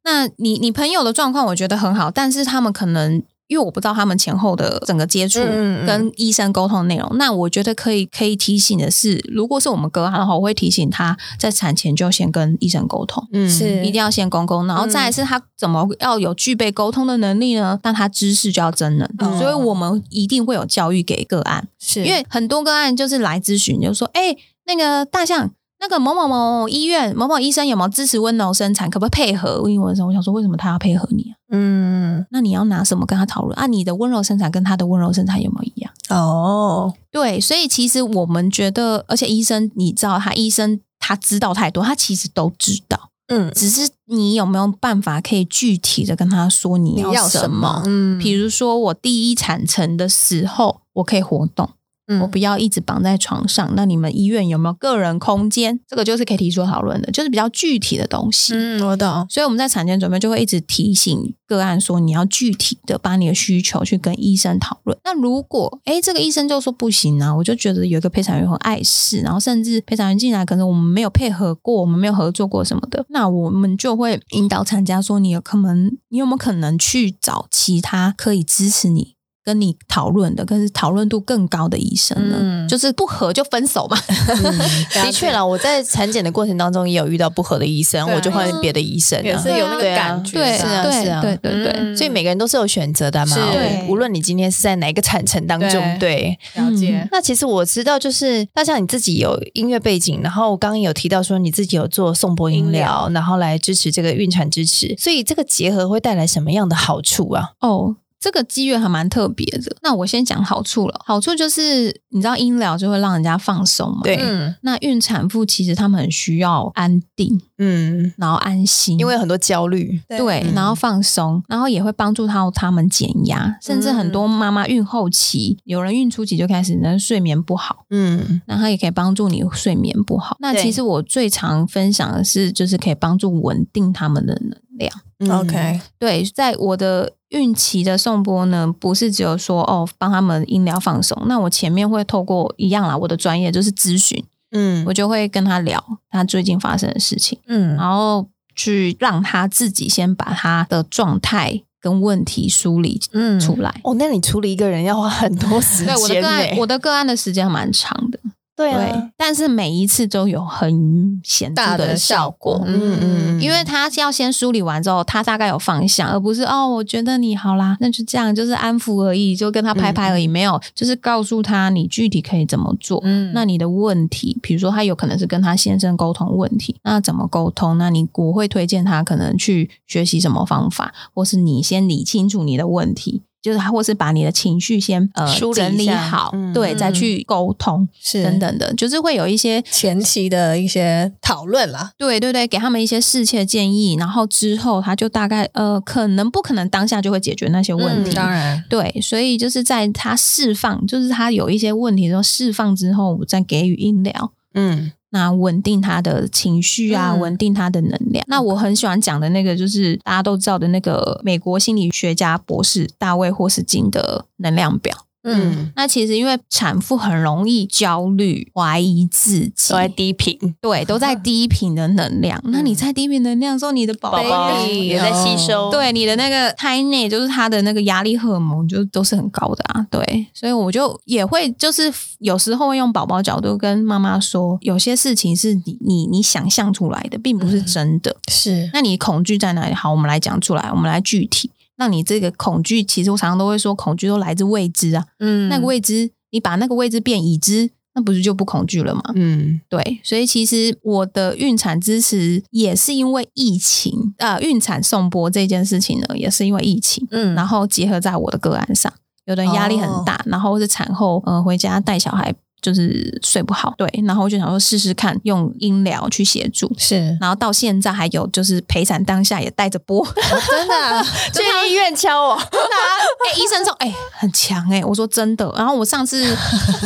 [SPEAKER 3] 那你你朋友的状况我觉得很好，但是他们可能因为我不知道他们前后的整个接触
[SPEAKER 2] 嗯嗯嗯
[SPEAKER 3] 跟医生沟通内容，那我觉得可以可以提醒的是，如果是我们哥他的话，我会提醒他在产前就先跟医生沟通。
[SPEAKER 1] 嗯
[SPEAKER 2] 是
[SPEAKER 3] 一定要先沟通，然后再
[SPEAKER 2] 嗯
[SPEAKER 3] 来是他怎么要有具备沟通的能力呢？但他知识就要真能，
[SPEAKER 2] 嗯
[SPEAKER 3] 所以我们一定会有教育给个案，
[SPEAKER 2] 是
[SPEAKER 3] 因为很多个案就是来咨询，就说：“哎、那个大象，那个某某某医院某某医生有没有支持温柔生产？可不可以配合？”因为我我想说，为什么他要配合你啊？
[SPEAKER 2] 嗯
[SPEAKER 3] 那你要拿什么跟他讨论啊？你的温柔生产跟他的温柔生产有没有一样？
[SPEAKER 2] 哦
[SPEAKER 3] 对，所以其实我们觉得，而且医生，你知道他医生他知道太多，他其实都知道，
[SPEAKER 2] 嗯，
[SPEAKER 3] 只是你有没有办法可以具体的跟他说你要什么？
[SPEAKER 2] 嗯，
[SPEAKER 3] 比如说我第一产程的时候，我可以活动。
[SPEAKER 2] 嗯
[SPEAKER 3] 我不要一直绑在床上。那你们医院有没有个人空间？这个就是可以提出讨论的，就是比较具体的东西。
[SPEAKER 2] 嗯，我懂，
[SPEAKER 3] 所以我们在产前准备就会一直提醒个案说，你要具体的把你的需求去跟医生讨论。那如果诶这个医生就说不行啊，我就觉得有一个陪产员很碍事，然后甚至陪产员进来可能我们没有配合过，我们没有合作过什么的，那我们就会引导产家说，你有可能你有没有可能去找其他可以支持你。跟你讨论的，跟讨论度更高的医生呢，
[SPEAKER 2] 嗯
[SPEAKER 3] 就是不合就分手嘛。
[SPEAKER 1] 的确啦，我在产检的过程当中也有遇到不合的医生，
[SPEAKER 2] 对啊
[SPEAKER 1] 我就换别的医生
[SPEAKER 2] 也
[SPEAKER 1] 了
[SPEAKER 2] 是。有那个
[SPEAKER 1] 对啊
[SPEAKER 2] 感觉，
[SPEAKER 3] 对
[SPEAKER 1] 是啊
[SPEAKER 3] 对
[SPEAKER 1] 是啊
[SPEAKER 3] 对对对，
[SPEAKER 2] 嗯
[SPEAKER 1] 所以每个人都是有选择的嘛哦
[SPEAKER 2] 是，
[SPEAKER 3] 对
[SPEAKER 1] 无论你今天是在哪一个产程当中，
[SPEAKER 2] 对
[SPEAKER 1] 对。
[SPEAKER 2] 了解，
[SPEAKER 1] 那其实我知道，就是大象你自己有音乐背景，然后刚刚有提到说你自己有做颂钵音
[SPEAKER 2] 音
[SPEAKER 1] 疗
[SPEAKER 2] 疗，
[SPEAKER 1] 然后来支持这个孕产支持，所以这个结合会带来什么样的好处啊？
[SPEAKER 3] 哦，这个机缘还蛮特别的。那我先讲好处了，好处就是你知道音疗就会让人家放松嘛。
[SPEAKER 1] 对
[SPEAKER 2] 嗯，
[SPEAKER 3] 那孕产妇其实她们很需要安定，
[SPEAKER 1] 嗯，
[SPEAKER 3] 然后安心，
[SPEAKER 1] 因为有很多焦虑，
[SPEAKER 3] 对，
[SPEAKER 1] 嗯
[SPEAKER 3] 然后放松，然后也会帮助到她们减压，甚至很多
[SPEAKER 1] 嗯
[SPEAKER 3] 妈妈孕后期，有人孕初期就开始那睡眠不好，
[SPEAKER 1] 嗯
[SPEAKER 3] 那它也可以帮助你睡眠不好。那
[SPEAKER 1] 对
[SPEAKER 3] 其实我最常分享的是，就是可以帮助稳定她们的能量。
[SPEAKER 1] 嗯
[SPEAKER 2] OK，
[SPEAKER 3] 对，在我的孕期的颂钵呢，不是只有说哦帮他们音疗放松，那我前面会透过一样啦，我的专业就是咨询，
[SPEAKER 1] 嗯
[SPEAKER 3] 我就会跟他聊他最近发生的事情，
[SPEAKER 2] 嗯，
[SPEAKER 3] 然后去让他自己先把他的状态跟问题梳理
[SPEAKER 2] 嗯
[SPEAKER 3] 出来。
[SPEAKER 1] 哦，那你处理一个人要花很多时
[SPEAKER 3] 对我的
[SPEAKER 1] 间
[SPEAKER 3] 个案，
[SPEAKER 1] 呢，
[SPEAKER 3] 我的个案的时间蛮长的，
[SPEAKER 1] 对
[SPEAKER 3] 对，
[SPEAKER 1] 啊，
[SPEAKER 3] 但是每一次都有很显著
[SPEAKER 2] 大
[SPEAKER 3] 的
[SPEAKER 2] 的
[SPEAKER 3] 效
[SPEAKER 2] 效
[SPEAKER 3] 果
[SPEAKER 2] 果，，
[SPEAKER 1] 嗯嗯，
[SPEAKER 3] 因为他要先梳理完之后，他大概有方向，而不是哦，我觉得你好啦，那就这样，就是安抚而已，就跟他
[SPEAKER 1] 嗯
[SPEAKER 3] 拍拍而已，没有，就是告诉他你具体可以怎么做。
[SPEAKER 2] 嗯
[SPEAKER 3] 那你的问题，比如说他有可能是跟他先生沟通问题，那怎么沟通？那你我会推荐他可能去学习什么方法，或是你先理清楚你的问题，就是或是把你的情绪先呃
[SPEAKER 1] 梳理一下
[SPEAKER 3] 整理好，
[SPEAKER 1] 嗯
[SPEAKER 3] 对，再去沟通
[SPEAKER 2] 是
[SPEAKER 3] 等等的，就是会有一些
[SPEAKER 2] 前期的一些讨论啦，
[SPEAKER 3] 对对对，给他们一些适切建议，然后之后他就大概呃，可能不可能当下就会解决那些问题。
[SPEAKER 2] 嗯当然，
[SPEAKER 3] 对，所以就是在他释放，就是他有一些问题之后释放之后，我再给予音疗，
[SPEAKER 1] 嗯
[SPEAKER 3] 那稳定他的情绪啊，
[SPEAKER 2] 嗯
[SPEAKER 3] 稳定他的能量。那我很喜欢讲的那个，就是大家都知道的那个美国心理学家博士大卫霍斯金的能量表。
[SPEAKER 2] 嗯，
[SPEAKER 3] 那其实因为产妇很容易焦虑、怀疑自己，
[SPEAKER 1] 都在低频，
[SPEAKER 3] 对，都在低频的能量。那你在低频能量的时候，你的宝
[SPEAKER 1] 宝
[SPEAKER 3] 宝
[SPEAKER 1] 宝也在吸收，
[SPEAKER 3] 哦对你的那个胎内，就是它的那个压力荷尔蒙，就都是很高的啊。对，所以我就也会就是有时候会用宝宝角度跟妈妈说，有些事情是你你你想象出来的，并不是真的。
[SPEAKER 2] 是，
[SPEAKER 3] 那你恐惧在哪里？好，我们来讲出来，我们来具体。那你这个恐惧，其实我常常都会说，恐惧都来自未知啊。
[SPEAKER 2] 嗯
[SPEAKER 3] 那个未知，你把那个未知变已知，那不是就不恐惧了吗？
[SPEAKER 1] 嗯
[SPEAKER 3] 对，所以其实我的孕产支持也是因为疫情，呃，孕产送播这件事情呢，也是因为疫情，
[SPEAKER 2] 嗯
[SPEAKER 3] 哦然后结合在我的个案上，有的人压力很大，然后是产后呃回家带小孩就是睡不好，对，然后我就想说试试看用音疗去协助，
[SPEAKER 2] 是
[SPEAKER 3] 然后到现在还有就是陪产当下也带着播， *laughs*
[SPEAKER 2] 真的 *laughs* 啊，
[SPEAKER 1] 去医院敲我，
[SPEAKER 3] 哎、医生说哎、很强哎、我说真的，然后我上 *laughs* 次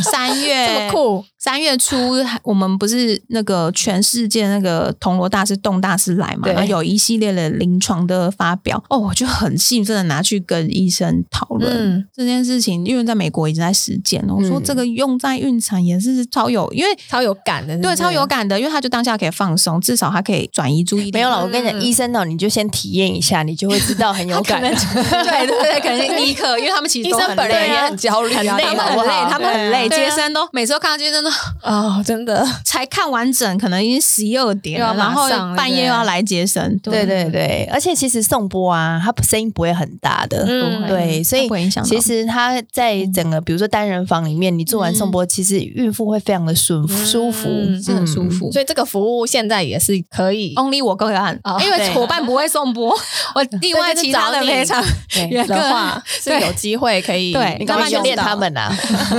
[SPEAKER 3] 三月
[SPEAKER 2] 这么酷，
[SPEAKER 3] 三月初，我们不是那个全世界那个铜锣大师、洞大师来嘛，
[SPEAKER 2] 对
[SPEAKER 3] 然后有一系列的临床的发表，哦，我就很兴奋的拿去跟医生讨论。
[SPEAKER 2] 嗯，
[SPEAKER 3] 这件事情，因为在美国已经在实践了。我说
[SPEAKER 1] 嗯
[SPEAKER 3] 这个用在孕产也是超有，因为
[SPEAKER 2] 超有感的，是不
[SPEAKER 3] 对
[SPEAKER 2] 是
[SPEAKER 3] 超有。感的，因为他就当下可以放松，至少他可以转移注意力。
[SPEAKER 1] 没有了。我跟你讲，
[SPEAKER 2] 嗯
[SPEAKER 1] 医生哦，你就先体验一下，你就会知
[SPEAKER 3] *laughs*
[SPEAKER 1] 道很有感。
[SPEAKER 3] 对对
[SPEAKER 2] *laughs*
[SPEAKER 3] 对，可能立刻，因为他们其实
[SPEAKER 2] 医
[SPEAKER 3] 都
[SPEAKER 2] 生
[SPEAKER 3] 很
[SPEAKER 2] 本人
[SPEAKER 3] 累
[SPEAKER 2] 也
[SPEAKER 3] 啊
[SPEAKER 2] 很焦虑啊，
[SPEAKER 1] 很累
[SPEAKER 3] 他
[SPEAKER 2] 好
[SPEAKER 3] 们
[SPEAKER 2] 不
[SPEAKER 3] 很累
[SPEAKER 2] 好，
[SPEAKER 3] 他们很累，
[SPEAKER 2] 对
[SPEAKER 3] 接
[SPEAKER 2] 啊
[SPEAKER 3] 生都每次都看到接生都 *laughs*
[SPEAKER 2] 哦，真的，
[SPEAKER 3] 才看完整，可能已经十一二点了，啊
[SPEAKER 2] 又要
[SPEAKER 3] 然
[SPEAKER 2] 马上
[SPEAKER 3] 后
[SPEAKER 2] 了
[SPEAKER 3] 半夜又要来接生，
[SPEAKER 1] 对对对，而且其实送波啊，它声音不会很大的，
[SPEAKER 2] 嗯
[SPEAKER 1] 对，所以
[SPEAKER 3] 它不会影响到
[SPEAKER 1] 其实它在整个比如说单人房里面，你做完
[SPEAKER 3] 哦嗯
[SPEAKER 1] 送波，其实孕妇会非常的舒舒服，
[SPEAKER 2] 嗯
[SPEAKER 3] 是很舒服。
[SPEAKER 2] 所以这个服务现在也是可以
[SPEAKER 3] Only 我个案
[SPEAKER 2] 哦，
[SPEAKER 3] 因为伙伴不会送 *laughs* 播，我另外其他的非常，
[SPEAKER 1] 对
[SPEAKER 3] 有
[SPEAKER 2] 的
[SPEAKER 1] *laughs*
[SPEAKER 2] 话，
[SPEAKER 3] 对
[SPEAKER 2] 是有机会可以，
[SPEAKER 3] 对
[SPEAKER 1] 你
[SPEAKER 3] 干
[SPEAKER 1] 干
[SPEAKER 3] 嘛
[SPEAKER 1] 嘛
[SPEAKER 3] 去
[SPEAKER 1] 训练嗯他们啊？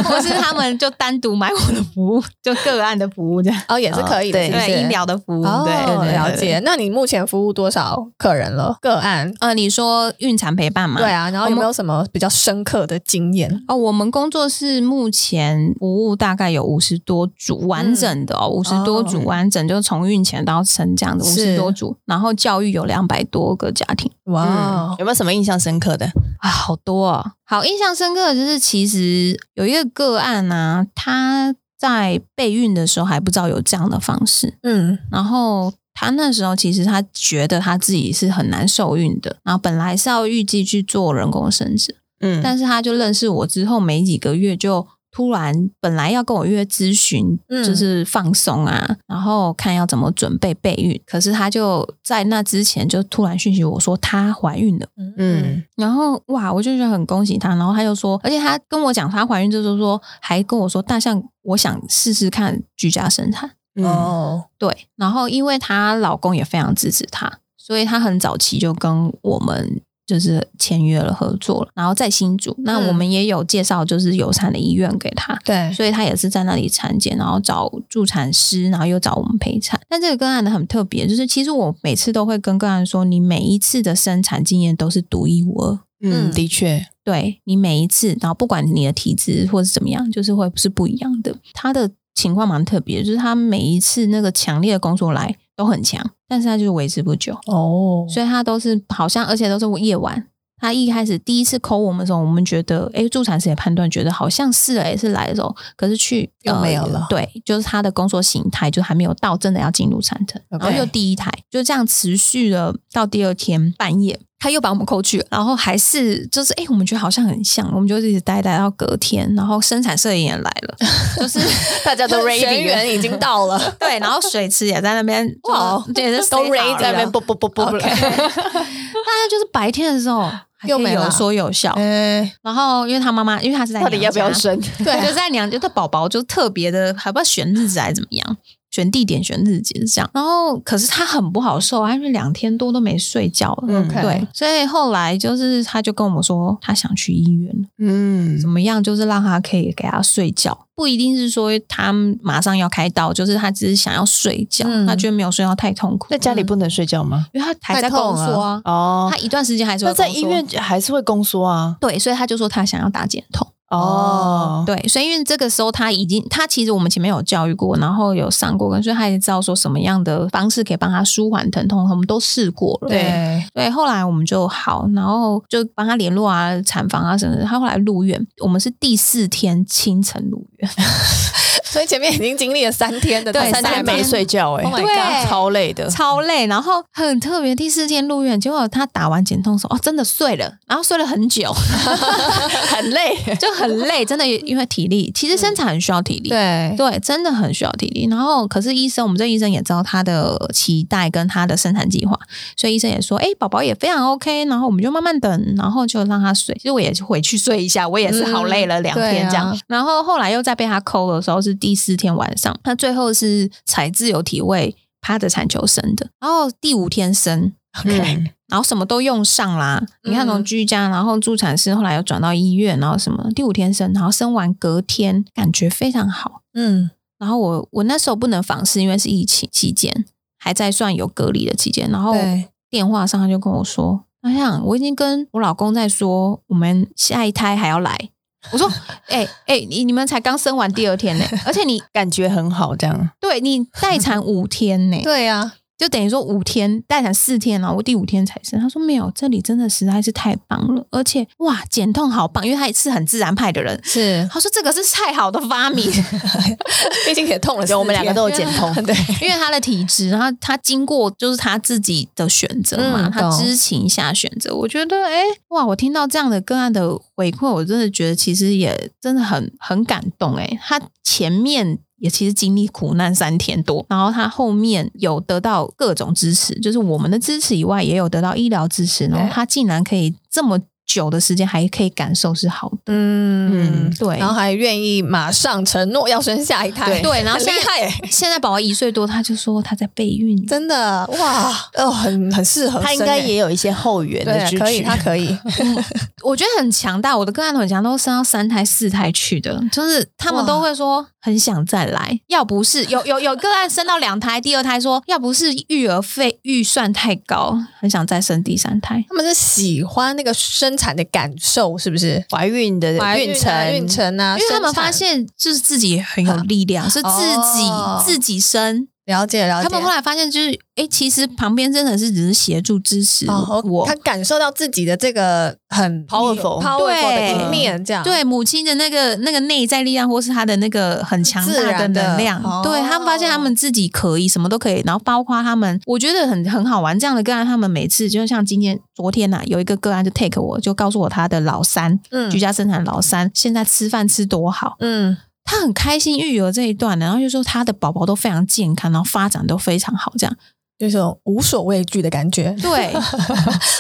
[SPEAKER 3] 或是他们就单独买我的服 *laughs* 务，就个案的服务这样，
[SPEAKER 2] 哦，也是可以的，
[SPEAKER 1] 哦
[SPEAKER 2] 是不是
[SPEAKER 3] 对医疗的服务，
[SPEAKER 1] 嗯
[SPEAKER 2] 哦，
[SPEAKER 3] 对对，对
[SPEAKER 2] 了。解。那你目前服务多少客人了？个案？
[SPEAKER 3] 呃，你说孕产陪伴嘛？
[SPEAKER 2] 对啊，然后
[SPEAKER 3] 我
[SPEAKER 2] 有
[SPEAKER 3] 们
[SPEAKER 2] 没有什么比较深刻的经验？
[SPEAKER 3] 哦，我们工作室目前服务大概有五十多组完整的哦，五十、多
[SPEAKER 2] 哦
[SPEAKER 3] 组完整，就从孕前到生这样子，五
[SPEAKER 2] 是
[SPEAKER 3] 十多组，然后教育有两百多个家庭
[SPEAKER 2] 哇
[SPEAKER 1] 嗯
[SPEAKER 2] 哦，，
[SPEAKER 1] 有没有什么印象深刻的？
[SPEAKER 3] 啊，好多哦。好，印象深刻的就是其实有一个个案啊，他在备孕的时候还不知道有这样的方式，
[SPEAKER 2] 嗯，
[SPEAKER 3] 然后。他那时候其实他觉得他自己是很难受孕的，然后本来是要预计去做人工生殖，
[SPEAKER 1] 嗯，
[SPEAKER 3] 但是他就认识我之后没几个月，就突然本来要跟我约咨询，
[SPEAKER 2] 嗯
[SPEAKER 3] 就是放松啊，然后看要怎么准备备孕。可是他就在那之前就突然讯息我说她怀孕了，
[SPEAKER 1] 嗯，
[SPEAKER 3] 然后哇，我就觉得很恭喜她。然后他就说，而且他跟我讲她怀孕之后说，还跟我说大象，我想试试看居家生产。
[SPEAKER 1] 嗯
[SPEAKER 2] 哦，
[SPEAKER 3] 对，然后因为她老公也非常支持她，所以她很早期就跟我们就是签约了合作了，然后在新竹，那
[SPEAKER 2] 嗯
[SPEAKER 3] 我们也有介绍就是有产的医院给她。
[SPEAKER 2] 对，
[SPEAKER 3] 所以她也是在那里产检，然后找助产师，然后又找我们陪产。但这个个案呢很特别，就是其实我每次都会跟个案说，你每一次的生产经验都是独一无二，
[SPEAKER 1] 嗯，
[SPEAKER 2] 嗯
[SPEAKER 1] 的确，
[SPEAKER 3] 对你每一次，然后不管你的体质或是怎么样，就是会是不一样的。他的情况蛮特别，就是他每一次那个强烈的工作来都很强，但是他就是维持不久，
[SPEAKER 2] 哦，
[SPEAKER 3] 所以他都是好像，而且都是夜晚。他一开始第一次抠我们的时候，我们觉得，诶，助产师也判断觉得好像是诶、是来的时候，可是去呃
[SPEAKER 2] 又没有了
[SPEAKER 3] 对，就是他的工作形态就还没有到真的要进入产程
[SPEAKER 2] OK
[SPEAKER 3] 然后又第一胎就这样持续了到第二天半夜，他又把我们扣去了，然后还是就是诶，我们觉得好像很像，我们就一直待待到隔天，然后生产摄影也来了，就是 *laughs*
[SPEAKER 1] 大家都
[SPEAKER 2] 学
[SPEAKER 1] ready 了 *laughs*
[SPEAKER 2] 员已经到了，
[SPEAKER 3] 对，然后水池也在那边，就是
[SPEAKER 2] 哇哦
[SPEAKER 3] 对，就是
[SPEAKER 2] 都
[SPEAKER 3] say 好
[SPEAKER 2] ready
[SPEAKER 3] 了
[SPEAKER 1] 在那边啵啵啵啵啵
[SPEAKER 2] OK
[SPEAKER 3] 大家就是白天的时候还可以
[SPEAKER 2] 又没了
[SPEAKER 3] 有说有笑，
[SPEAKER 1] 哎，
[SPEAKER 3] 然后因为他妈妈，因为他是在
[SPEAKER 1] 到底
[SPEAKER 3] 娘
[SPEAKER 1] 要不要
[SPEAKER 3] 家
[SPEAKER 1] 生？
[SPEAKER 2] 啊
[SPEAKER 3] 对，就在娘家，他宝宝就特别的，还不知道选日子还是怎么样，选地点、选日子这样。然后可是他很不好受啊，因为两天多都没睡觉了。
[SPEAKER 1] 嗯
[SPEAKER 2] OK
[SPEAKER 3] 对，所以后来就是，他就跟我们说，他想去医院了，
[SPEAKER 1] 嗯
[SPEAKER 3] 怎么样，就是让他可以给他睡觉，不一定是说他马上要开刀，就是他只是想要睡觉，
[SPEAKER 2] 嗯
[SPEAKER 3] 他觉得没有睡觉太痛苦。
[SPEAKER 1] 在家里
[SPEAKER 3] 嗯，
[SPEAKER 1] 不能睡觉吗？
[SPEAKER 3] 因为他还
[SPEAKER 2] 太
[SPEAKER 3] 在工
[SPEAKER 2] 痛了
[SPEAKER 3] 作啊，
[SPEAKER 1] 哦
[SPEAKER 3] 他，一段时间还是会
[SPEAKER 1] 那在
[SPEAKER 3] 宫
[SPEAKER 1] 医
[SPEAKER 3] 缩
[SPEAKER 1] 院还是会宫缩啊。
[SPEAKER 3] 对，所以他就说他想要打减痛。
[SPEAKER 1] 哦，
[SPEAKER 3] 对，所以因为这个时候他已经，他其实我们前面有教育过，然后有上过，所以他也知道说什么样的方式可以帮他舒缓疼痛，我们都试过了。
[SPEAKER 2] 对，
[SPEAKER 3] 对，后来我们就好，然后就帮他联络啊、产房啊什么的。他后来入院，我们是第四天清晨入院，
[SPEAKER 2] 所以前面已经经历了三天的，
[SPEAKER 3] 对
[SPEAKER 1] 三天
[SPEAKER 3] 三
[SPEAKER 1] 没
[SPEAKER 2] *laughs*
[SPEAKER 3] 天
[SPEAKER 1] 睡觉，哎
[SPEAKER 2] Oh my
[SPEAKER 3] god
[SPEAKER 1] 超累的。
[SPEAKER 3] 超累，然后很特别。第四天入院，结果他打完减痛手，哦，真的睡了，然后睡了很久， *laughs*
[SPEAKER 1] 很累。
[SPEAKER 3] 就很累，真的因为体力，其实生产很需要体力。
[SPEAKER 2] 对，
[SPEAKER 3] 对，真的很需要体力。然后，可是医生，我们这医生也知道他的期待跟他的生产计划，所以医生也说，哎、宝宝也非常 OK。然后我们就慢慢等，然后就让他睡。其实我也回去睡一下，我也是好累了两
[SPEAKER 2] 嗯对
[SPEAKER 3] 天这样。
[SPEAKER 2] 啊
[SPEAKER 3] 然后后来又再被他抠的时候是第四天晚上，他最后是采自由体位趴着产球生的，然后第五天生。
[SPEAKER 2] OK，
[SPEAKER 3] 嗯，然后什么都用上啦。你看，从
[SPEAKER 2] 嗯
[SPEAKER 3] 居家，然后助产师，后来又转到医院，然后什么第五天生，然后生完隔天感觉非常好。
[SPEAKER 2] 嗯
[SPEAKER 3] 然后我我那时候不能访视，因为是疫情期间，还在算有隔离的期间。然
[SPEAKER 1] 哦
[SPEAKER 3] 后
[SPEAKER 2] 对
[SPEAKER 3] 电话上他就跟我说：“阿想，我已经跟我老公在说，我们下一胎还要来。”
[SPEAKER 2] *laughs*
[SPEAKER 3] 我说：“哎哎、你你们才刚生完第二天呢、而且你
[SPEAKER 1] 感觉很好，这样
[SPEAKER 3] 对你待产五天呢、
[SPEAKER 2] 对啊呀，
[SPEAKER 3] 就等于说五天待产四天然后我第五天才生。他说没有，这里真的实在是太棒了，而且哇，减痛好棒，因为他也是很自然派的人。
[SPEAKER 2] 是，
[SPEAKER 3] 他说这个是太好的发明，
[SPEAKER 2] 毕竟也痛了四天，
[SPEAKER 1] 有我们两个都有减痛
[SPEAKER 2] *laughs* 对，
[SPEAKER 3] 因为他的体质，然后他经过就是他自己的选择嘛，
[SPEAKER 2] 嗯
[SPEAKER 3] 他
[SPEAKER 2] 懂
[SPEAKER 3] 知情下选择。我觉得哎、哇，我听到这样的个案的回馈，我真的觉得其实也真的很很感动哎、他前面。也其实经历苦难三天多，然后他后面有得到各种支持，就是我们的支持以外，也有得到医疗支持。然后他竟然可以这么久的时间，还可以感受是好的，
[SPEAKER 2] 嗯
[SPEAKER 1] 嗯
[SPEAKER 3] 对
[SPEAKER 2] 然后还愿意马上承诺要生下一胎，
[SPEAKER 1] 对
[SPEAKER 3] 对然后
[SPEAKER 2] 很厉
[SPEAKER 3] 现在
[SPEAKER 2] 害耶，
[SPEAKER 3] 现在宝宝一岁多，他就说他在备孕，
[SPEAKER 2] 真的哇，哦，很很适合生耶，欸
[SPEAKER 1] 他应该也有一些后援的支持，
[SPEAKER 2] 对，可以，他可以，
[SPEAKER 3] 我觉得很强大，我的个案都很强，都生到三胎四胎去的，就是他们
[SPEAKER 2] 哇
[SPEAKER 3] 都会说很想再来。 *laughs* 要不是有有有个案生到两胎，第二胎说要不是育儿费预算太高，很想再生第三胎。
[SPEAKER 2] 他们是喜欢那个生产的感受，是不是？
[SPEAKER 1] 怀孕的
[SPEAKER 2] 怀
[SPEAKER 1] 孕
[SPEAKER 2] 孕啊
[SPEAKER 1] 程，
[SPEAKER 2] 孕程啊，
[SPEAKER 3] 因为他们
[SPEAKER 2] 生产
[SPEAKER 3] 发现，就是自己很有力 *laughs* 量，是自己、
[SPEAKER 2] 哦
[SPEAKER 3] 自己生。
[SPEAKER 2] 了解了解，
[SPEAKER 3] 他们后来发现，就是哎、诶其实旁边真的是只是协助支持
[SPEAKER 2] 哦，
[SPEAKER 3] 我。
[SPEAKER 2] 他感受到自己的这个很
[SPEAKER 1] Powerful
[SPEAKER 2] powerful 的
[SPEAKER 3] 对
[SPEAKER 2] 一面，这样
[SPEAKER 3] 对母亲的那个那个内在力量，或是她的那个很强
[SPEAKER 2] 自
[SPEAKER 3] 大的
[SPEAKER 2] 然的
[SPEAKER 3] 能量，
[SPEAKER 2] 哦
[SPEAKER 3] 对他们发现他们自己可以什么都可以，然后包括他们，我觉得很很好玩。这样的个案，他们每次就像今天昨天呐、有一个个案就 take 我，就告诉我他的老三、
[SPEAKER 2] 嗯
[SPEAKER 3] 居家生产老三现在吃饭吃多好，
[SPEAKER 2] 嗯，
[SPEAKER 3] 他很开心育儿这一段，然后就说他的宝宝都非常健康，然后发展都非常好，这样
[SPEAKER 2] 有一种无所畏惧的感觉，
[SPEAKER 3] 对。
[SPEAKER 2] *laughs*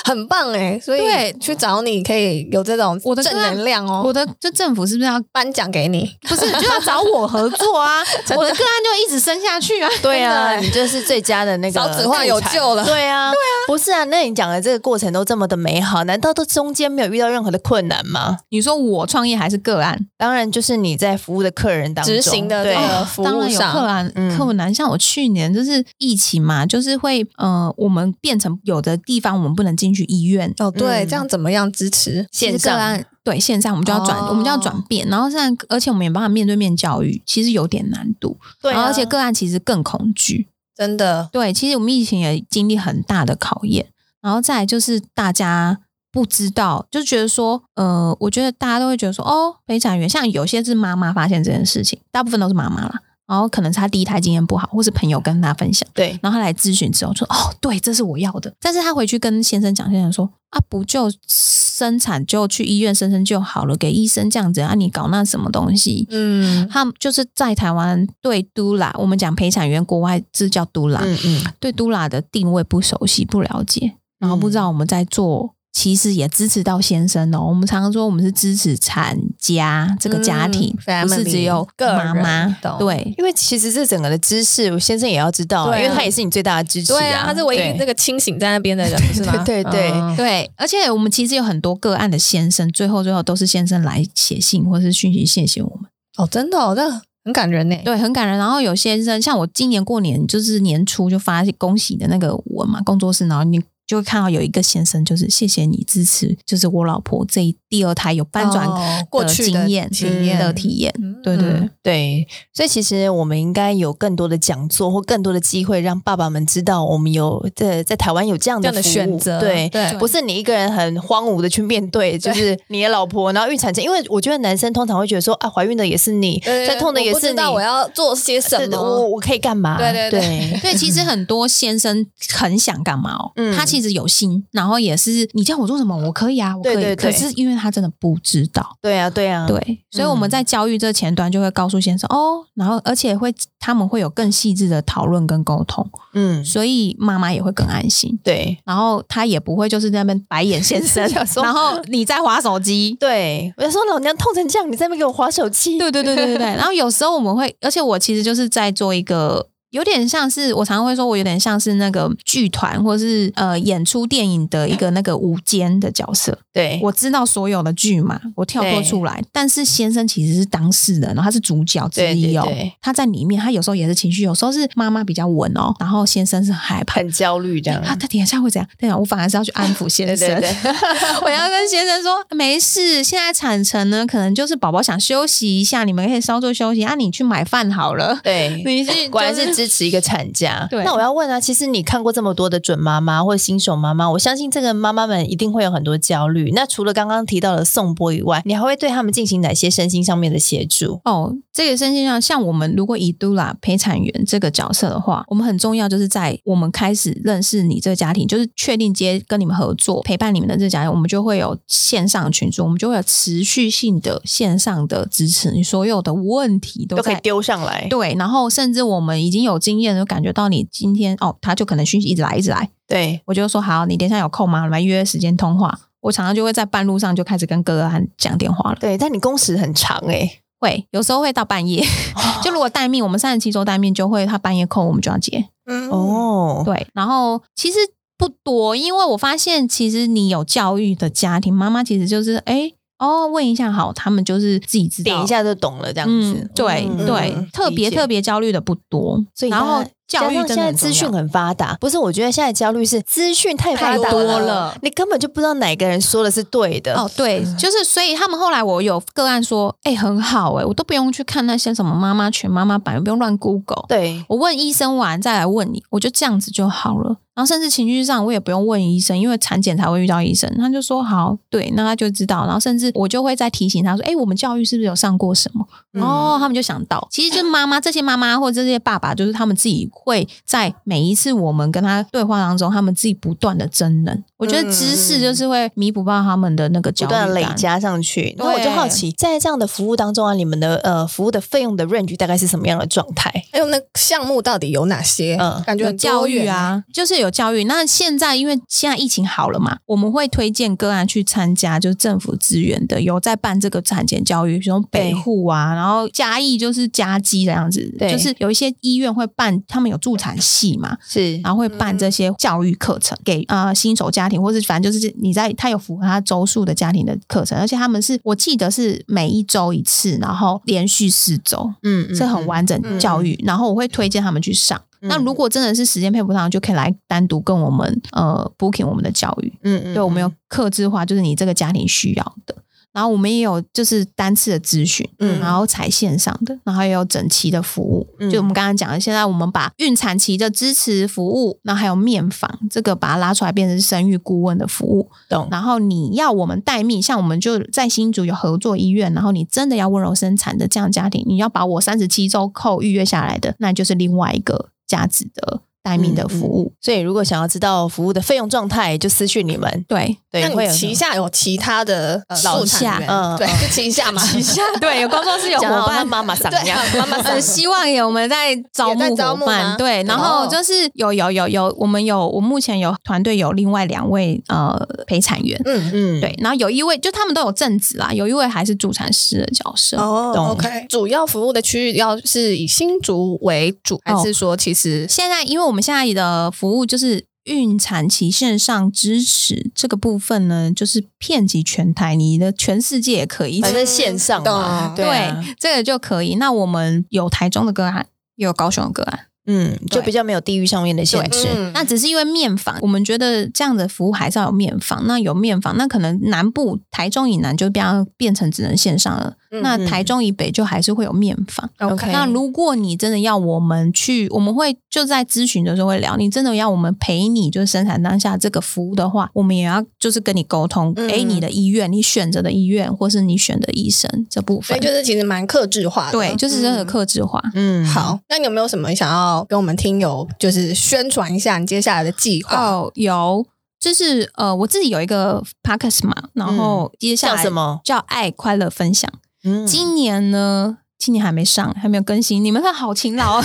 [SPEAKER 2] 很棒哎！所以
[SPEAKER 3] 对
[SPEAKER 2] 去找你可以有这种
[SPEAKER 3] 我的
[SPEAKER 2] 正能量哦，
[SPEAKER 3] *laughs* 我的这政府是不是要
[SPEAKER 2] 颁奖给你，
[SPEAKER 3] 不是就要找我合作啊？
[SPEAKER 2] *laughs*
[SPEAKER 3] 我的个案就一直生下去啊。
[SPEAKER 1] 对啊，
[SPEAKER 2] 真的欸
[SPEAKER 1] 你这是最佳的那个
[SPEAKER 2] 少子化有救了
[SPEAKER 1] 对啊，对啊，不是啊，那你讲的这个过程都这么的美好，难道都中间没有遇到任何的困难吗？
[SPEAKER 3] 你说我创业还是个案？
[SPEAKER 1] 当然，就是你在服务的客人当中
[SPEAKER 2] 执行的
[SPEAKER 1] 对
[SPEAKER 2] 这
[SPEAKER 1] 啊
[SPEAKER 2] 个服
[SPEAKER 3] 当
[SPEAKER 2] 务
[SPEAKER 3] 然有克
[SPEAKER 2] 上，
[SPEAKER 3] 兰
[SPEAKER 1] 嗯
[SPEAKER 3] 克难，像我去年就是疫情嘛，就是会呃，我们变成有的地方我们不能进去医院，
[SPEAKER 2] 哦，对，
[SPEAKER 1] 嗯
[SPEAKER 2] 这样怎么样支持？
[SPEAKER 1] 线
[SPEAKER 3] 其实个
[SPEAKER 1] 上
[SPEAKER 3] 案对线上我们就要转，
[SPEAKER 2] 哦
[SPEAKER 3] 我们就要转变。然后现在，而且我们也帮他面对面教育，其实有点难度。
[SPEAKER 1] 对啊，
[SPEAKER 3] 然后而且个案其实更恐惧。
[SPEAKER 2] 真的，
[SPEAKER 3] 对，其实我们疫情也经历很大的考验，然后再来就是大家不知道，就觉得说，呃，我觉得大家都会觉得说，哦，陪产员，像有些是妈妈发现这件事情，大部分都是妈妈啦，然后可能是她第一胎经验不好，或是朋友跟她分享，
[SPEAKER 1] 对
[SPEAKER 3] 然后她来咨询之后说，哦，对，这是我要的，但是她回去跟先生讲，先生说，啊，不就生产就去医院生生就好了，给医生这样子啊，你搞那什么东西？
[SPEAKER 2] 嗯，
[SPEAKER 3] 他们就是在台湾对都啦，我们讲陪产员，国外这叫都啦，
[SPEAKER 1] 嗯嗯，
[SPEAKER 3] 对都拉的定位不熟悉、不了解，然后不
[SPEAKER 2] 嗯
[SPEAKER 3] 知道我们在做，其实也支持到先生哦。我们常常说我们是支持产家这个家庭，
[SPEAKER 2] 嗯
[SPEAKER 3] 不是
[SPEAKER 2] family，
[SPEAKER 3] 只有
[SPEAKER 2] 个人
[SPEAKER 3] 妈妈
[SPEAKER 2] 懂。
[SPEAKER 3] 对
[SPEAKER 1] 因为其实这整个的知识，我先生也要知道啊，
[SPEAKER 2] 对啊
[SPEAKER 1] 因为他也是你最大的支持
[SPEAKER 2] 对啊，他是唯一
[SPEAKER 1] 对
[SPEAKER 2] 那个清醒在那边的人，是吗？
[SPEAKER 1] 对对
[SPEAKER 2] 嗯
[SPEAKER 3] 对，而且我们其实有很多个案的先生，最后最后都是先生来写信或是讯息谢谢我们，
[SPEAKER 2] 哦，真的哦，这很感人呢。
[SPEAKER 3] 对，很感人。然后有先生像我今年过年就是年初就发恭喜的那个文嘛，工作室，然后你。就会看到有一个先生，就是谢谢你支持，就是我老婆这一第二胎有翻转
[SPEAKER 2] 哦过去的
[SPEAKER 3] 经验、
[SPEAKER 2] 经
[SPEAKER 1] 验
[SPEAKER 3] 的体验，
[SPEAKER 2] 嗯
[SPEAKER 3] 对对对，
[SPEAKER 1] 对，所以其实我们应该有更多的讲座或更多的机会，让爸爸们知道我们有在在台湾有这样
[SPEAKER 2] 这
[SPEAKER 1] 的
[SPEAKER 2] 样的
[SPEAKER 1] 服务
[SPEAKER 2] 选择，
[SPEAKER 1] 对，
[SPEAKER 2] 对
[SPEAKER 1] 不是你一个人很荒芜的去面对，就是你的老婆，然后孕产期，因为我觉得男生通常会觉得说啊，怀孕的也是你，
[SPEAKER 2] 对
[SPEAKER 1] 在痛的也
[SPEAKER 2] 我不
[SPEAKER 1] 是
[SPEAKER 2] 知
[SPEAKER 1] 你，哦
[SPEAKER 2] 道我要做些什
[SPEAKER 1] 对对我
[SPEAKER 2] 么。
[SPEAKER 1] 我可以干嘛？
[SPEAKER 2] 对对对
[SPEAKER 1] 对
[SPEAKER 3] 对，其实很多先生很想干嘛哦，
[SPEAKER 1] 嗯
[SPEAKER 3] 他其实有心，然后也是你叫我做什么，我可以啊，我可以。
[SPEAKER 1] 对对对
[SPEAKER 3] 可是因为他真的不知道，
[SPEAKER 1] 对啊，对
[SPEAKER 2] *laughs*
[SPEAKER 1] 啊，
[SPEAKER 3] 对，所以我们在教育这前端就会告诉先生、哦，然后而且会他们会有更细致的讨论跟沟通，
[SPEAKER 1] 嗯，
[SPEAKER 3] 所以妈妈也会更安心，
[SPEAKER 1] 对。，
[SPEAKER 3] 然后他也不会就是在那边白眼先生
[SPEAKER 1] 说
[SPEAKER 3] 然后你在划手机，
[SPEAKER 1] 对，我就说老娘痛成这样，你在那边给我划手机，
[SPEAKER 2] *laughs*
[SPEAKER 3] 对对对对对对。然后有时候我们会，而且我其实就是在做一个有点像是我常常会说，我有点像是那个剧团或是呃演出电影的一个那个舞间的角色。
[SPEAKER 2] 对
[SPEAKER 3] 我知道所有的剧嘛，我跳脱出来，但是先生其实是当事人，然后他是主角之一哦
[SPEAKER 2] 对对对。
[SPEAKER 3] 他在里面，他有时候也是情绪，有时候是妈妈比较稳哦，然后先生是害怕。哎
[SPEAKER 2] 很焦虑这样。
[SPEAKER 3] *laughs* 他他等一下会怎样？对啊，我反而是要去安抚
[SPEAKER 2] *laughs*
[SPEAKER 3] 先
[SPEAKER 2] 对
[SPEAKER 3] 生。
[SPEAKER 2] 对对，
[SPEAKER 3] *laughs* 我要跟先生说，没事，现在产程呢，可能就是宝宝想休息一下，你们可以稍作休息啊，你去买饭好了。
[SPEAKER 4] 对，
[SPEAKER 3] *laughs* 你是
[SPEAKER 4] 果然
[SPEAKER 3] 就是
[SPEAKER 4] 支持一个产假。
[SPEAKER 3] 对
[SPEAKER 1] 那我要问啊，其实你看过这么多的准妈妈或新手妈妈，我相信这个妈妈们一定会有很多焦虑。那除了刚刚提到的送波以外，你还会对他们进行哪些身心上面的协助？
[SPEAKER 3] 哦，这个身心上，像我们如果以杜拉陪产员这个角色的话，我们很重要，就是在我们开始认识你这个家庭，就是确定接跟你们合作陪伴你们的这个家庭，我们就会有线上群组，我们就会有持续性的线上的支持，你所有的问题都
[SPEAKER 1] 都可以
[SPEAKER 3] 在。
[SPEAKER 1] 丢上来。
[SPEAKER 3] 对，然后甚至我们已经有经验，就感觉到你今天哦，他就可能讯息一直来，一直来，
[SPEAKER 4] 对，
[SPEAKER 3] 我就说好，你等一下有空吗？我们来约时间通话。我常常就会在半路上就开始跟哥哥和讲电话了。
[SPEAKER 1] 对，但你工时很长哎、
[SPEAKER 3] 会有时候会到半夜， *laughs* 就如果待命，我们三十七周待命就会他半夜空，我们就要接。
[SPEAKER 2] 嗯，
[SPEAKER 1] 哦，
[SPEAKER 3] 对，然后其实不多，因为我发现其实你有教育的家庭，妈妈其实就是哎哦问一下好，他们就是自己知道
[SPEAKER 1] 点一。下就懂了这样子。
[SPEAKER 3] 嗯，对
[SPEAKER 1] 嗯
[SPEAKER 3] 对，特别特，别焦虑的不多，
[SPEAKER 1] 所以
[SPEAKER 3] 然后
[SPEAKER 1] 大家
[SPEAKER 3] 教育
[SPEAKER 1] 加上
[SPEAKER 3] 真的
[SPEAKER 1] 现在
[SPEAKER 3] 很重
[SPEAKER 1] 资讯
[SPEAKER 3] 要
[SPEAKER 1] 很发达，不是？我觉得现在焦虑是资讯太发
[SPEAKER 3] 太
[SPEAKER 1] 达
[SPEAKER 3] 多
[SPEAKER 1] 了
[SPEAKER 3] 了，
[SPEAKER 1] 你根本就不知道哪个人说的是对的。
[SPEAKER 3] 哦，对，就是所以他们后来我有个案说，哎、很好哎、我都不用去看那些什么妈妈群、妈妈版，也不用乱 Google，
[SPEAKER 1] 对，
[SPEAKER 3] 我问医生完再来问你，我就这样子就好了。然后甚至情绪上我也不用问医生，因为产检才会遇到医生。他就说好，对，那他就知道。然后甚至我就会再提醒他说，哎，我们教育是不是有上过什么？
[SPEAKER 1] 嗯
[SPEAKER 3] 哦，他们就想到，其实就是妈妈这些妈妈或者这些爸爸，就是他们自己会在每一次我们跟他对话当中，他们自己不断的争论。我觉得知识就是会弥补到他们的那个
[SPEAKER 1] 嗯
[SPEAKER 3] 焦
[SPEAKER 1] 不
[SPEAKER 3] 虑
[SPEAKER 1] 断地累
[SPEAKER 3] 感
[SPEAKER 1] 加上去。那我就好奇，在这样的服务当中啊，你们的呃服务的费用的 range 大概是什么样的状态？
[SPEAKER 2] 还有哎那项目到底有哪些？
[SPEAKER 1] 嗯
[SPEAKER 2] 感觉
[SPEAKER 3] 有
[SPEAKER 2] 很
[SPEAKER 3] 教
[SPEAKER 2] 多
[SPEAKER 3] 育
[SPEAKER 2] 元，
[SPEAKER 3] 啊，就是有教育。那现在因为现在疫情好了嘛，我们会推荐个案去参加，就是政府资源的有在办这个产前教育，比如北护啊，然后嘉义就是嘉基这样子，
[SPEAKER 4] 对
[SPEAKER 3] 就是有一些医院会办，他们有助产系嘛，
[SPEAKER 4] 是
[SPEAKER 1] 啊
[SPEAKER 3] 然后会办
[SPEAKER 1] 嗯
[SPEAKER 3] 这些教育课程给呃新手家庭，或是反正就是你在他有符合他周数的家庭的课程，而且他们是我记得是每一周一次，然后连续四周，
[SPEAKER 1] 嗯嗯
[SPEAKER 3] 是很完整
[SPEAKER 2] 嗯
[SPEAKER 3] 教育，然后我会推荐他们去上。
[SPEAKER 1] 嗯
[SPEAKER 3] 那如果真的是时间配不上，就可以来单独跟我们呃 booking 我们的教育，
[SPEAKER 1] 嗯嗯
[SPEAKER 3] 对我们有克制化，就是你这个家庭需要的。然后我们也有就是单次的咨询，
[SPEAKER 1] 嗯
[SPEAKER 3] 嗯，然后采线上的，然后也有整齐的服务。
[SPEAKER 1] 嗯
[SPEAKER 3] 就我们刚刚讲的，现在我们把孕产期的支持服务，那还有面访这个把它拉出来变成生育顾问的服务。
[SPEAKER 1] 懂
[SPEAKER 3] 然后你要我们待命，像我们就在新竹有合作医院，然后你真的要温柔生产的这样家庭，你要把我三十七周扣预约下来的，那就是另外一个价值的待
[SPEAKER 1] 嗯
[SPEAKER 3] 命的服务。
[SPEAKER 1] 所以如果想要知道服务的费用状态，就私讯你们。 *laughs*
[SPEAKER 3] 对
[SPEAKER 1] 对，
[SPEAKER 2] 那
[SPEAKER 1] 会
[SPEAKER 2] 你
[SPEAKER 1] 有
[SPEAKER 2] 旗下有其他的呃
[SPEAKER 3] 老
[SPEAKER 2] 助产员
[SPEAKER 1] 下嗯
[SPEAKER 2] 对，是旗下嘛？
[SPEAKER 3] *laughs*
[SPEAKER 2] 旗下
[SPEAKER 3] 对，有工作室有
[SPEAKER 1] 讲
[SPEAKER 3] 伙
[SPEAKER 1] 到
[SPEAKER 3] 伴
[SPEAKER 1] 像。妈妈桑一
[SPEAKER 2] 对
[SPEAKER 1] 样，
[SPEAKER 2] 啊，妈妈
[SPEAKER 3] 呃，
[SPEAKER 2] 桑
[SPEAKER 3] 希望有我们在招募
[SPEAKER 2] 也在招
[SPEAKER 3] 伙
[SPEAKER 2] 募
[SPEAKER 3] 伴，
[SPEAKER 2] 吗哦
[SPEAKER 3] 对，然后就是有有有有，我们有我目前有团队有另外两位呃陪产员，
[SPEAKER 2] 嗯
[SPEAKER 1] 嗯，
[SPEAKER 3] 对，然后有一位就他们都有正职啦，有一位还是助产师的角色，
[SPEAKER 1] 懂
[SPEAKER 2] 哦，OK，主要服务的区域要是以新竹为主，还
[SPEAKER 3] 哦
[SPEAKER 2] 是说其实
[SPEAKER 3] 现在，因为我们现在的服务就是孕产期线上支持这个部分呢，就是遍及全台，你的全世界也可以。
[SPEAKER 1] 反正线上嘛，
[SPEAKER 2] 懂
[SPEAKER 1] 对啊
[SPEAKER 3] 这个就可以。那我们有台中的个案，也有高雄的个案。
[SPEAKER 1] 嗯，就比较没有地域上面的限制。
[SPEAKER 2] 嗯
[SPEAKER 3] 那只是因为面访，我们觉得这样的服务还是要有面访。那有面访，那可能南部台中以南就变变成只能线上了。
[SPEAKER 2] 嗯
[SPEAKER 3] 那台中以北就还是会有面访。
[SPEAKER 2] OK
[SPEAKER 3] 那如果你真的要我们去，我们会就在咨询的时候会聊，你真的要我们陪你就是生产当下这个服务的话，我们也要就是跟你沟通，
[SPEAKER 2] 嗯
[SPEAKER 3] 诶，你的医院，你选择的医院或是你选的医生这部
[SPEAKER 2] 所
[SPEAKER 3] 分
[SPEAKER 2] 以，就是其实蛮克制化的，
[SPEAKER 3] 对，就是真的
[SPEAKER 2] 嗯
[SPEAKER 3] 克制化。
[SPEAKER 1] 嗯，
[SPEAKER 2] 好，那你有没有什么想要跟我们听友就是宣传一下你接下来的计划？
[SPEAKER 3] 哦，有，就是呃，我自己有一个
[SPEAKER 2] 嗯
[SPEAKER 3] podcast 嘛，然后接下
[SPEAKER 1] 叫
[SPEAKER 3] 来
[SPEAKER 1] 什么？
[SPEAKER 3] 叫爱快乐分享。
[SPEAKER 1] 嗯，
[SPEAKER 3] 今年呢，今年还没上，还没有更新，你们看好
[SPEAKER 2] *laughs*
[SPEAKER 3] 勤劳哦。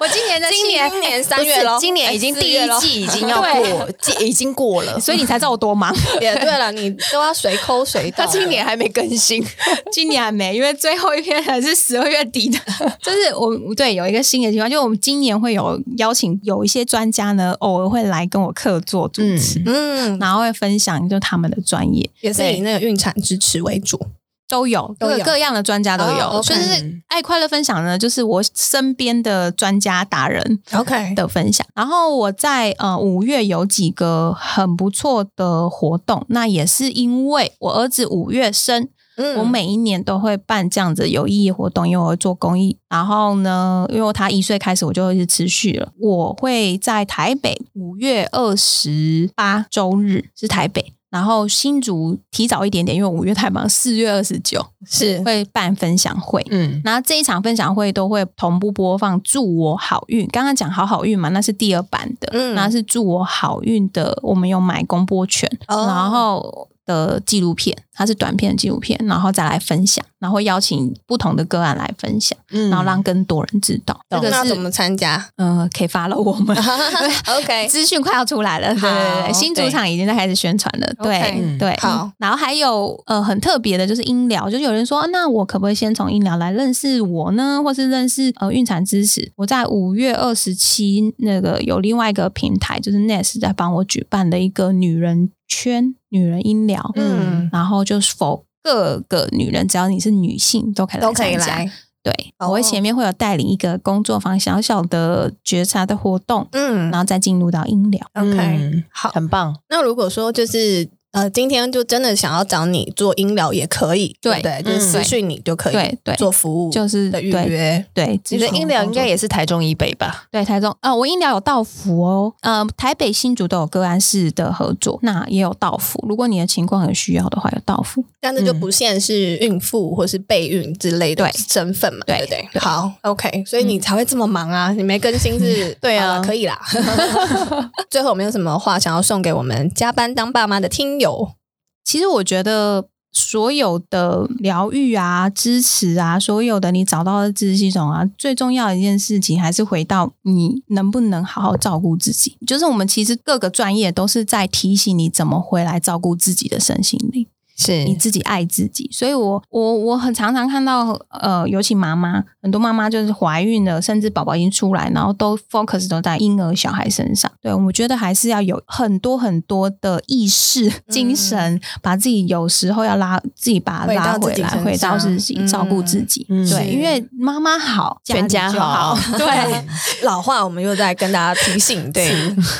[SPEAKER 3] 我今年在
[SPEAKER 2] 今年
[SPEAKER 3] 七
[SPEAKER 2] 今年三月
[SPEAKER 1] 不
[SPEAKER 2] 咯
[SPEAKER 1] 是今年已经
[SPEAKER 2] 哎
[SPEAKER 1] 第
[SPEAKER 2] 四月
[SPEAKER 1] 一
[SPEAKER 2] 咯
[SPEAKER 1] 季已 *laughs* 经要过，季已经过 *laughs* 了，
[SPEAKER 3] 所以你才知道我多忙。
[SPEAKER 2] *laughs*
[SPEAKER 3] *laughs*
[SPEAKER 2] 也对了，你都要随抠随到。
[SPEAKER 4] 他今年还没更新，
[SPEAKER 3] 今年还没，因为最后一篇还是十二月
[SPEAKER 2] *laughs*
[SPEAKER 3] 底的。就是我们对有一个新的计划，就我们今年会有邀请有一些专家呢，偶尔会来跟我客座主持，
[SPEAKER 2] 嗯，
[SPEAKER 3] 然后会分享就他们的专业，
[SPEAKER 2] 也是以那个孕产支持为主。
[SPEAKER 3] 都有
[SPEAKER 2] 都有
[SPEAKER 3] 各各样的专家都有。
[SPEAKER 2] 哦，OK
[SPEAKER 3] 所以就是爱快乐分享呢，就是我身边的专家达人
[SPEAKER 2] OK，
[SPEAKER 3] 的分享。然后我在呃五月有几个很不错的活动，那也是因为我儿子五月生，
[SPEAKER 2] 嗯
[SPEAKER 3] 我每一年都会办这样子有意义活动，因为我会做公益。然后呢，因为他一岁开始，我就一直持续了。我会在台北五月二十八周日是台北，然后新竹提早一点点，因为五月太忙，四月二十九
[SPEAKER 2] 是
[SPEAKER 3] 会办分享会。
[SPEAKER 4] 嗯，
[SPEAKER 3] 然后这一场分享会都会同步播放“祝我好运”。刚刚讲“好好运”嘛，那是第二版的，
[SPEAKER 2] 嗯
[SPEAKER 3] 那是“祝我好运”的，我们有买公播权，
[SPEAKER 2] 哦
[SPEAKER 3] 然后的纪录片，它是短片的纪录片，然后再来分享，然后邀请不同的个案来分享，
[SPEAKER 4] 嗯
[SPEAKER 3] 然后让更多人知道。这个
[SPEAKER 2] 那
[SPEAKER 3] 是
[SPEAKER 2] 怎么参
[SPEAKER 3] *laughs*
[SPEAKER 2] 加
[SPEAKER 3] 呃，可以发了我
[SPEAKER 2] *laughs*
[SPEAKER 3] 们。
[SPEAKER 2] ？OK，
[SPEAKER 3] 资讯快要出来了，对对
[SPEAKER 2] 哎好
[SPEAKER 3] 对，新主
[SPEAKER 4] 对
[SPEAKER 3] 场已经在开始宣传了，对
[SPEAKER 2] OK，
[SPEAKER 4] 嗯
[SPEAKER 3] 对。
[SPEAKER 2] 好，
[SPEAKER 3] 然后还有呃很特别的就是医疗，就是有人说、啊那我可不可以先从医疗来认识我呢，或是认识呃孕产知识？我在五月二十七那个有另外一个平台，就是 Nest 在帮我举办的一个女人圈、女人医疗，
[SPEAKER 2] 嗯，
[SPEAKER 3] 然后就是否。各个女人，只要你是女性，都可以来
[SPEAKER 2] 都可以
[SPEAKER 3] 参加
[SPEAKER 2] 来。
[SPEAKER 3] 对，
[SPEAKER 2] 哦
[SPEAKER 3] 我会前面会有带领一个工作坊小小的觉察的活动，
[SPEAKER 2] 嗯
[SPEAKER 3] 然后再进入到音疗。
[SPEAKER 2] ，OK，
[SPEAKER 4] 嗯
[SPEAKER 2] 好。
[SPEAKER 1] 很棒。
[SPEAKER 2] 那如果说就是呃，今天就真的想要找你做音疗也可以，对
[SPEAKER 3] 对
[SPEAKER 2] 不对，就是私讯你就可以，
[SPEAKER 3] 对对
[SPEAKER 2] 做服务
[SPEAKER 3] 就是
[SPEAKER 2] 的预
[SPEAKER 3] 对
[SPEAKER 2] 约。
[SPEAKER 3] 对，
[SPEAKER 4] 你的
[SPEAKER 3] 咨询
[SPEAKER 4] 音疗应
[SPEAKER 3] 工
[SPEAKER 4] 该
[SPEAKER 3] 作
[SPEAKER 4] 也是台中以北吧？
[SPEAKER 3] 对台中，呃，我音疗有到府哦，呃，台北、新竹都有个案室的合作，那也有到府。如果你的情况有需要的话，有到府。
[SPEAKER 2] 但是就不限是孕妇或是备孕之类的
[SPEAKER 3] 对
[SPEAKER 2] 身份嘛，对
[SPEAKER 3] 对
[SPEAKER 2] 不对？
[SPEAKER 3] 对
[SPEAKER 2] 好，OK，所以你才会这么忙啊，你没更新是？
[SPEAKER 4] 对啊
[SPEAKER 2] 好了可以啦。最后有没有什么话想要送给我们加班当爸妈的听友？
[SPEAKER 3] 其实我觉得所有的疗愈啊、支持啊，所有的你找到的支持系统啊，最重要的一件事情还是回到你能不能好好照顾自己。就是我们其实各个专业都是在提醒你怎么回来照顾自己的身心灵。
[SPEAKER 4] 是
[SPEAKER 3] 你自己爱自己。所以我我我很常常看到，呃，尤其妈妈，很多妈妈就是怀孕了，甚至宝宝已经出来，然后都 focus 都在婴儿、小孩身上。对，我觉得还是要有很多很多的意识、精神，把自己有时候要拉自己把它拉回来，
[SPEAKER 2] 回
[SPEAKER 3] 回
[SPEAKER 2] 到
[SPEAKER 3] 到
[SPEAKER 2] 自己身上嗯
[SPEAKER 3] 自己，照顾自己。
[SPEAKER 4] 嗯
[SPEAKER 3] 对，
[SPEAKER 2] 是
[SPEAKER 3] 因为妈妈好，
[SPEAKER 4] 全家
[SPEAKER 3] 里就好
[SPEAKER 4] 好。
[SPEAKER 1] *laughs*
[SPEAKER 3] *laughs* 对，
[SPEAKER 2] *laughs* 老话我们又在跟大家提醒一次
[SPEAKER 4] 对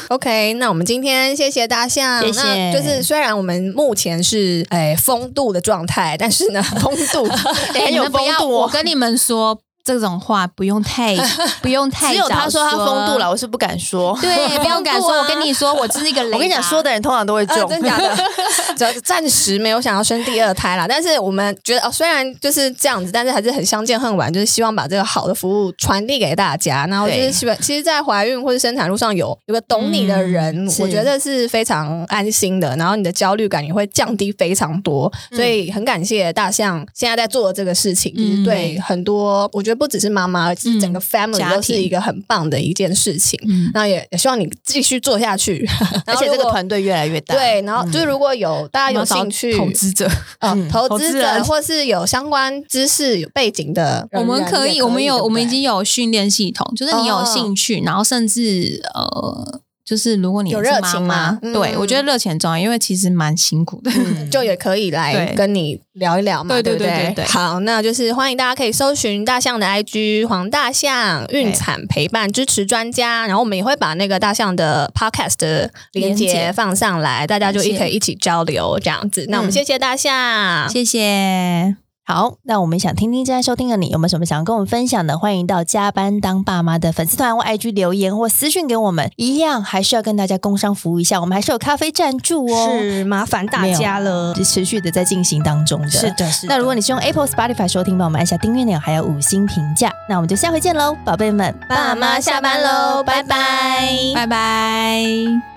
[SPEAKER 2] OK，那我们今天谢谢大象。
[SPEAKER 1] 谢谢
[SPEAKER 2] 那就是虽然我们目前是诶风度的状态，但是呢，风度
[SPEAKER 3] 哎
[SPEAKER 2] 很
[SPEAKER 3] 你
[SPEAKER 2] 有
[SPEAKER 3] 们不
[SPEAKER 2] 风
[SPEAKER 3] 要，
[SPEAKER 2] 度
[SPEAKER 3] 我
[SPEAKER 2] 哦。
[SPEAKER 3] 跟你们说。这种话不用太，不用太
[SPEAKER 1] 只有他
[SPEAKER 3] 早
[SPEAKER 1] 说
[SPEAKER 3] 说
[SPEAKER 1] 他风度了，，我是不敢 *laughs* 说。
[SPEAKER 3] 对，不要敢说。我跟你说，我是一个雷达。
[SPEAKER 1] *laughs* 我跟你讲，说的人通常都会中。
[SPEAKER 2] 啊、真
[SPEAKER 1] *laughs*
[SPEAKER 2] 假的？暂暂时没有想要生第二胎啦，但是我们觉得哦，虽然就是这样子，但是还是很相见恨晚，就是希望把这个好的服务传递给大家。然后就是
[SPEAKER 1] 对
[SPEAKER 2] 希望，其实，在怀孕或者生产路上有有个懂你的人，
[SPEAKER 1] 嗯是
[SPEAKER 2] 我觉得是非常安心的。然后你的焦虑感也会降低非常多，所以
[SPEAKER 1] 嗯
[SPEAKER 2] 很感谢大象现在在做的这个事情，就是
[SPEAKER 3] 嗯
[SPEAKER 2] 对很多我觉得不只是妈妈，是整个
[SPEAKER 1] 嗯
[SPEAKER 2] family
[SPEAKER 3] 家
[SPEAKER 2] 都是
[SPEAKER 3] 庭
[SPEAKER 2] 一个很棒的一件事情。
[SPEAKER 3] 嗯，
[SPEAKER 2] 那也也希望你继续做下去，
[SPEAKER 1] 而
[SPEAKER 2] 然后
[SPEAKER 1] 且这
[SPEAKER 2] 如
[SPEAKER 1] 个
[SPEAKER 2] 果嗯
[SPEAKER 1] 团队越来越大。
[SPEAKER 2] 对，然后就是如果
[SPEAKER 3] 嗯
[SPEAKER 2] 有大家有兴趣，
[SPEAKER 3] 投资者，
[SPEAKER 2] 呃
[SPEAKER 1] 嗯
[SPEAKER 2] 投
[SPEAKER 1] 投资
[SPEAKER 2] 资者
[SPEAKER 1] 人
[SPEAKER 2] 或是有相关知识、有背景的人，
[SPEAKER 3] *laughs* 我们可
[SPEAKER 2] 也
[SPEAKER 3] 以，我们有，
[SPEAKER 2] 对不
[SPEAKER 3] 我们已
[SPEAKER 2] 对
[SPEAKER 3] 经有训练系统，就是你有
[SPEAKER 2] 哦
[SPEAKER 3] 兴趣，然后甚至呃，就是如果你
[SPEAKER 2] 有
[SPEAKER 3] 是
[SPEAKER 2] 热
[SPEAKER 3] 妈
[SPEAKER 2] 情
[SPEAKER 3] 妈
[SPEAKER 2] 吗嗯
[SPEAKER 3] 对我觉得热情很重要，因为其实蛮辛苦的。 *laughs*
[SPEAKER 4] 嗯
[SPEAKER 2] 就也可以来
[SPEAKER 3] 对
[SPEAKER 2] 跟你聊一聊嘛，
[SPEAKER 3] 对
[SPEAKER 2] 对
[SPEAKER 3] 对
[SPEAKER 2] 不
[SPEAKER 3] 对对对
[SPEAKER 2] 好，那就是欢迎大家可以搜寻大象的 IG 黄大象孕产陪伴支持专家，然后我们也会把那个大象的 Podcast 的连
[SPEAKER 3] 连
[SPEAKER 2] 接
[SPEAKER 3] 结
[SPEAKER 2] 放上来，大家就一
[SPEAKER 3] 感谢
[SPEAKER 2] 可以一起交流这样子。那我们谢谢大象，
[SPEAKER 3] 嗯谢谢，
[SPEAKER 1] 好，那我们想听听正在收听的你有没有什么想要跟我们分享的？欢迎到加班当爸妈的粉丝团或 IG 留言或私讯给我们。一样还是要跟大家工商服务一下，我们还是有咖啡赞助哦，
[SPEAKER 2] 是麻烦大家了。
[SPEAKER 1] 是持续的在进行当中的。
[SPEAKER 2] 是的，是的
[SPEAKER 1] 那如果你是用 Apple Spotify 收听，帮我们按下订阅钮，还有五星评价。那我们就下回见喽，宝贝们，
[SPEAKER 2] 爸妈下班喽拜拜
[SPEAKER 3] 拜拜。